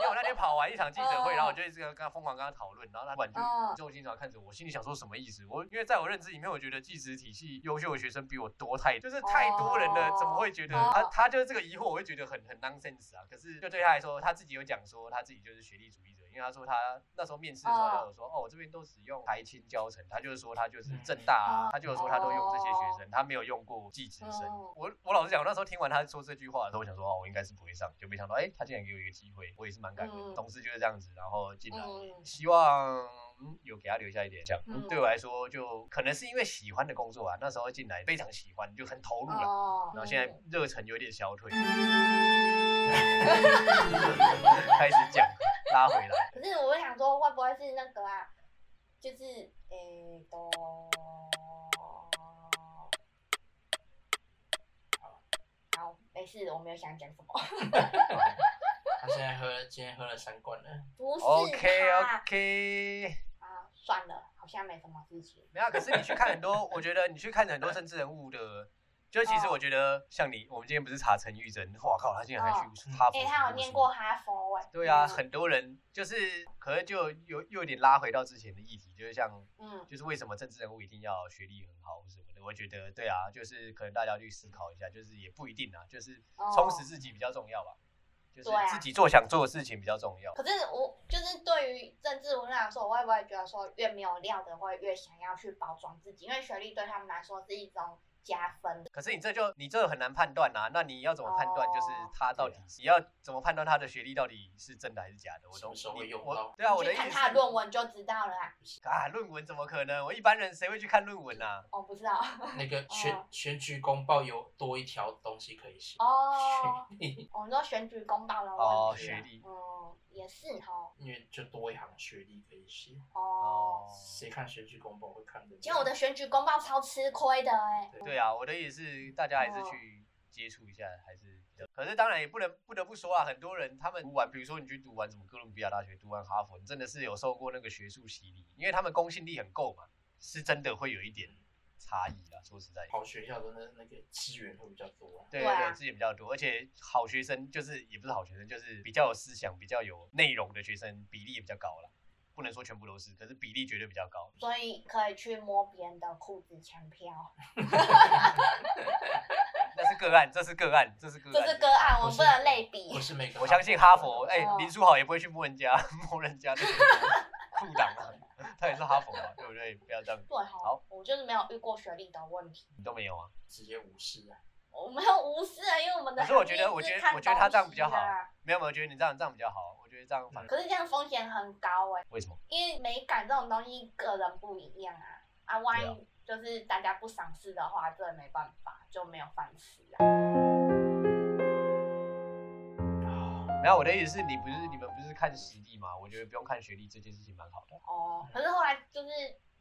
Speaker 2: 因为我那天跑完一场记者会，
Speaker 3: 哦
Speaker 2: 然后我就一直跟他疯狂跟他讨论，然后他管就
Speaker 3: 哦
Speaker 2: 语重心长地看着我，心里想说什么意思？我因为在我认知里面，我觉得技职体系优秀的学生比我多太，就是太多人了
Speaker 3: 哦，
Speaker 2: 怎么会觉得啊
Speaker 3: 哦
Speaker 2: 他他就是这个疑惑，我会觉得很很 nonsense 啊。可是就对他来说，他自己有讲说他自己就是学历主义者，因为他说他那时候面试的时候，
Speaker 3: 哦
Speaker 2: 他有说哦，我这边都使用台青教程，他就是说他就是正大
Speaker 3: 哦
Speaker 2: 啊，他就有说他都用这些学生，他没有用过技职生
Speaker 3: 哦。
Speaker 2: 我我老实讲，我那时候听完他说这句话的时候，我想说哦，我应该是不会上，就没想到哎，他竟然给我一个机会，我也是蛮感
Speaker 3: 嗯
Speaker 2: 恩。同事就是这样子，然后进来
Speaker 3: 嗯，
Speaker 2: 希望。嗯，有给他留下一点奖。
Speaker 3: 嗯
Speaker 2: 对我来说，就可能是因为喜欢的工作啊，那时候进来非常喜欢，就很投入了。
Speaker 3: 哦，
Speaker 2: 然后现在
Speaker 3: 嗯
Speaker 2: 热忱有点消退，开始讲拉回来，
Speaker 3: 可是我想说，会不会是那个啊？就是诶，都、好，没事，我没有想讲什么。
Speaker 1: 他现在喝，今天喝了三罐
Speaker 3: (laughs)
Speaker 1: 了，
Speaker 3: 不是
Speaker 2: OK
Speaker 3: 他
Speaker 2: OK，
Speaker 3: 啊，算了，好像没什么事情。
Speaker 2: 没有啊。可是你去看很多，我觉得你去看很多政治人物的，就其实
Speaker 3: 哦
Speaker 2: 我觉得像你，我们今天不是查陈玉珍，哇靠，他竟然还去哈
Speaker 3: 哦
Speaker 2: 佛
Speaker 3: 诶、
Speaker 2: 读
Speaker 3: 他有
Speaker 2: 书
Speaker 3: 念过哈佛哎、
Speaker 2: 对啊，
Speaker 3: 嗯
Speaker 2: 很多人就是，可是就有又有点拉回到之前的议题，就是像
Speaker 3: 嗯
Speaker 2: 就是为什么政治人物一定要学历很好什么的？我觉得对啊，就是可能大家去思考一下，就是也不一定啊，就是充实自己比较重要吧，就是
Speaker 3: 哦对啊
Speaker 2: 自己做想做的事情比较重要。
Speaker 3: 可是我就是对于政治文章来说，我会不会觉得说越没有料的会越想要去包装自己？因为学历对他们来说是一种加分。
Speaker 2: 可是你这就你这很难判断啊，那你要怎么判断
Speaker 3: 哦
Speaker 2: 就是他到底、
Speaker 1: 对啊
Speaker 2: 你要怎么判断他的学历到底是真的还是假的？我
Speaker 1: 什么
Speaker 2: 都
Speaker 1: 时候会
Speaker 2: 你
Speaker 1: 用到
Speaker 2: 我对啊，我
Speaker 3: 你
Speaker 2: 的
Speaker 3: 去
Speaker 2: 意思
Speaker 3: 看他的论文就知道了啦。
Speaker 2: 啊，论文怎么可能？我一般人谁会去看论文啊？
Speaker 3: 哦，不知道
Speaker 1: 那个选、
Speaker 3: 哦
Speaker 1: 选举公报有多一条东西可以写，
Speaker 3: 哦。我们说选举公报的问
Speaker 2: 哦，
Speaker 3: 题
Speaker 2: 学
Speaker 3: 啊、
Speaker 2: 历
Speaker 3: 嗯，也是哈。
Speaker 1: 因为就多一行学历可以写。
Speaker 3: 哦。
Speaker 2: 哦。
Speaker 1: 谁看选举公报会看的？
Speaker 3: 其实我的选举公报超吃亏的哎、
Speaker 2: 对啊，我的也是，大家还是
Speaker 3: 哦
Speaker 2: 去接触一下，还是比较。可是当然也不能不得不说啊，很多人他们读完，比如说你去读完什么哥伦比亚大学，读完哈佛，你真的是有受过那个学术洗礼，因为他们公信力很够嘛，是真的会有一点差异啊啦。说实在的，
Speaker 1: 好学校的那那个资源会比较多啊。
Speaker 3: (laughs)
Speaker 2: 对
Speaker 3: 对
Speaker 2: 对
Speaker 3: 啊
Speaker 2: 对，资源比较多，而且好学生就是也不是好学生，就是比较有思想、比较有内容的学生比例也比较高啦。不能说全部都是，可是比例绝对比较高。
Speaker 3: 所以可以去摸别人的裤子抢票，
Speaker 2: 那是个案，这是个案，嗯这是个
Speaker 3: 这
Speaker 2: 案。
Speaker 3: 是个案，我
Speaker 1: 不
Speaker 3: 们
Speaker 1: 是
Speaker 3: 不能类比
Speaker 1: 不。是每个，
Speaker 2: 我相信哈佛，哎、
Speaker 3: 嗯
Speaker 2: 林书豪也不会去摸人家， (laughs) 摸人家的裤裆啊，他也是哈佛
Speaker 3: (laughs)
Speaker 2: 嘛，对不对？不要这样，
Speaker 3: 对哦
Speaker 2: 好，
Speaker 3: 我就是没有遇过学历的问题，
Speaker 2: 你都没有啊。
Speaker 1: 直接无视啊。
Speaker 3: 我没有无视啊，因为我们的
Speaker 2: 可是我觉得，
Speaker 3: 行业
Speaker 2: 我觉
Speaker 3: 是
Speaker 2: 得
Speaker 3: 看，
Speaker 2: 我觉得他
Speaker 3: 东
Speaker 2: 这样比
Speaker 3: 西
Speaker 2: 较好
Speaker 3: 啊。
Speaker 2: 没有没有，我觉得你这样这样比较好。我觉得这样反、
Speaker 3: 可是这样风险很高哎、
Speaker 2: 为什么？
Speaker 3: 因为美感这种东西个人不一样啊啊，万
Speaker 2: 对啊
Speaker 3: 一就是大家不赏识的话，这也没办法，就没有饭吃啊。
Speaker 2: 没有，我的意思是你不是你们不是看实力嘛？我觉得不用看学历这件事情蛮好的。
Speaker 3: 哦，可是后来就是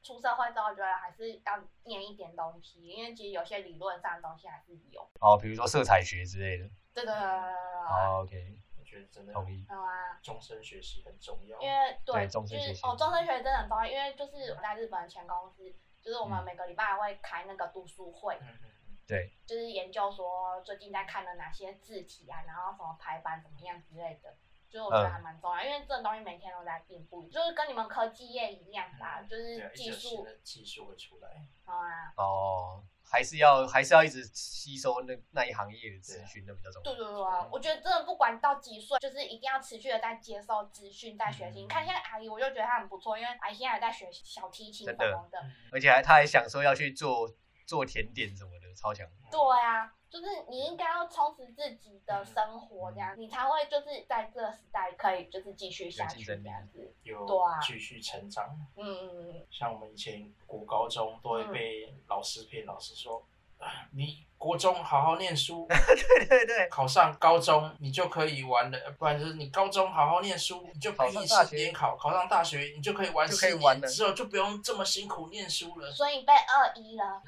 Speaker 3: 出社会之后，觉得还是要念一点东西，因为其实有些理论上的东西还是有。
Speaker 2: 哦，比如说色彩学之类的。
Speaker 3: 对对对对对
Speaker 2: 哦、OK，
Speaker 1: 我觉得真的
Speaker 2: 同意。
Speaker 3: 对，啊。
Speaker 1: 终身学习很重要。
Speaker 3: 因为对，
Speaker 2: 对
Speaker 3: 就
Speaker 2: 终身学
Speaker 3: 是
Speaker 2: 习
Speaker 3: 哦，终身学习真的很重要，因为就是我在日本的前公司，就是我们
Speaker 2: 嗯
Speaker 3: 每个礼拜会开那个读书会，
Speaker 1: 嗯嗯嗯
Speaker 2: 对，
Speaker 3: 就是研究说最近在看的哪些字体啊，然后什么排版怎么样之类的，就是我觉
Speaker 2: 嗯
Speaker 3: 得还蛮重要，因为这种东西每天都在进步，就是跟你们科技业一样啦，
Speaker 1: 嗯
Speaker 3: 就
Speaker 1: 对啊
Speaker 3: 是，
Speaker 1: 一直
Speaker 3: 技
Speaker 1: 有新
Speaker 3: 术
Speaker 1: 的技术会出来。
Speaker 3: 啊，
Speaker 2: 哦，还是要还是要一直吸收那那一行业的资讯，那比较重
Speaker 3: 对
Speaker 2: 要。
Speaker 3: 对对啊，我觉得真的不管到几岁，就是一定要持续的在接受资讯，在学习。
Speaker 1: 嗯
Speaker 3: 你看现在阿姨，我就觉得她很不错，因为阿姨现在还在学小提琴什
Speaker 2: 真的
Speaker 3: 么的，
Speaker 2: 而且还他还想说要去做做甜点什么的，超强。 (laughs)
Speaker 3: 对啊，就是你应该要充实自己
Speaker 1: 嗯
Speaker 3: 的生活，这样你才会就是在这个时代可以就是继续下去
Speaker 2: 有竞争力
Speaker 3: 这样子。对
Speaker 1: 有
Speaker 3: 啊
Speaker 1: 继续成长。
Speaker 3: 嗯嗯，嗯
Speaker 1: 像我们以前国高中都会
Speaker 3: 嗯
Speaker 1: 被老师骗，老师说，啊你国中好好念书，
Speaker 2: 对对对，
Speaker 1: 考上高中你就可以玩了，不然就是你高中好好念书，你就
Speaker 2: 考
Speaker 1: 毕
Speaker 2: 上
Speaker 1: 业
Speaker 2: 大
Speaker 1: 四
Speaker 2: 学
Speaker 1: 年考，考上大学你就可以玩
Speaker 2: 就可以
Speaker 1: 四
Speaker 2: 玩
Speaker 1: 年，
Speaker 2: 了
Speaker 1: 之后就不用这么辛苦念书了
Speaker 3: 嗯。所以被二一了。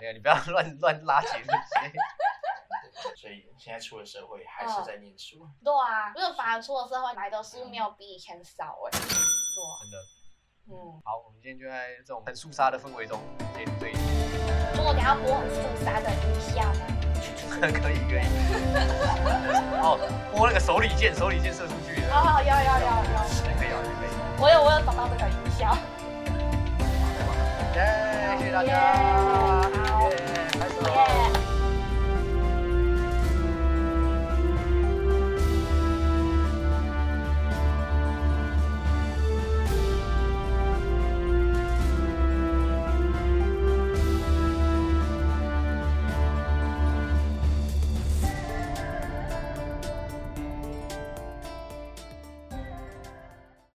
Speaker 2: 没有你不要乱乱拉结论。
Speaker 1: 所以现在出了社会还
Speaker 3: 嗯
Speaker 1: 是在念书，
Speaker 3: 对啊，因为反而出了社会买的书没有比以前少哎、对
Speaker 2: 真的。
Speaker 3: 啊，嗯，
Speaker 2: 好，我们今天就在这种很肃杀的氛围中结束这一集，
Speaker 3: 如果你要播很肃杀的音效吗？
Speaker 2: (laughs) 可以可以。 (laughs) 哦，播那个手里剑，手里剑射出去的，
Speaker 3: 好好，哦有有有有，
Speaker 2: 可以啊，可以。
Speaker 3: 我有我有找到这个音效。
Speaker 2: 耶，谢谢大家。哦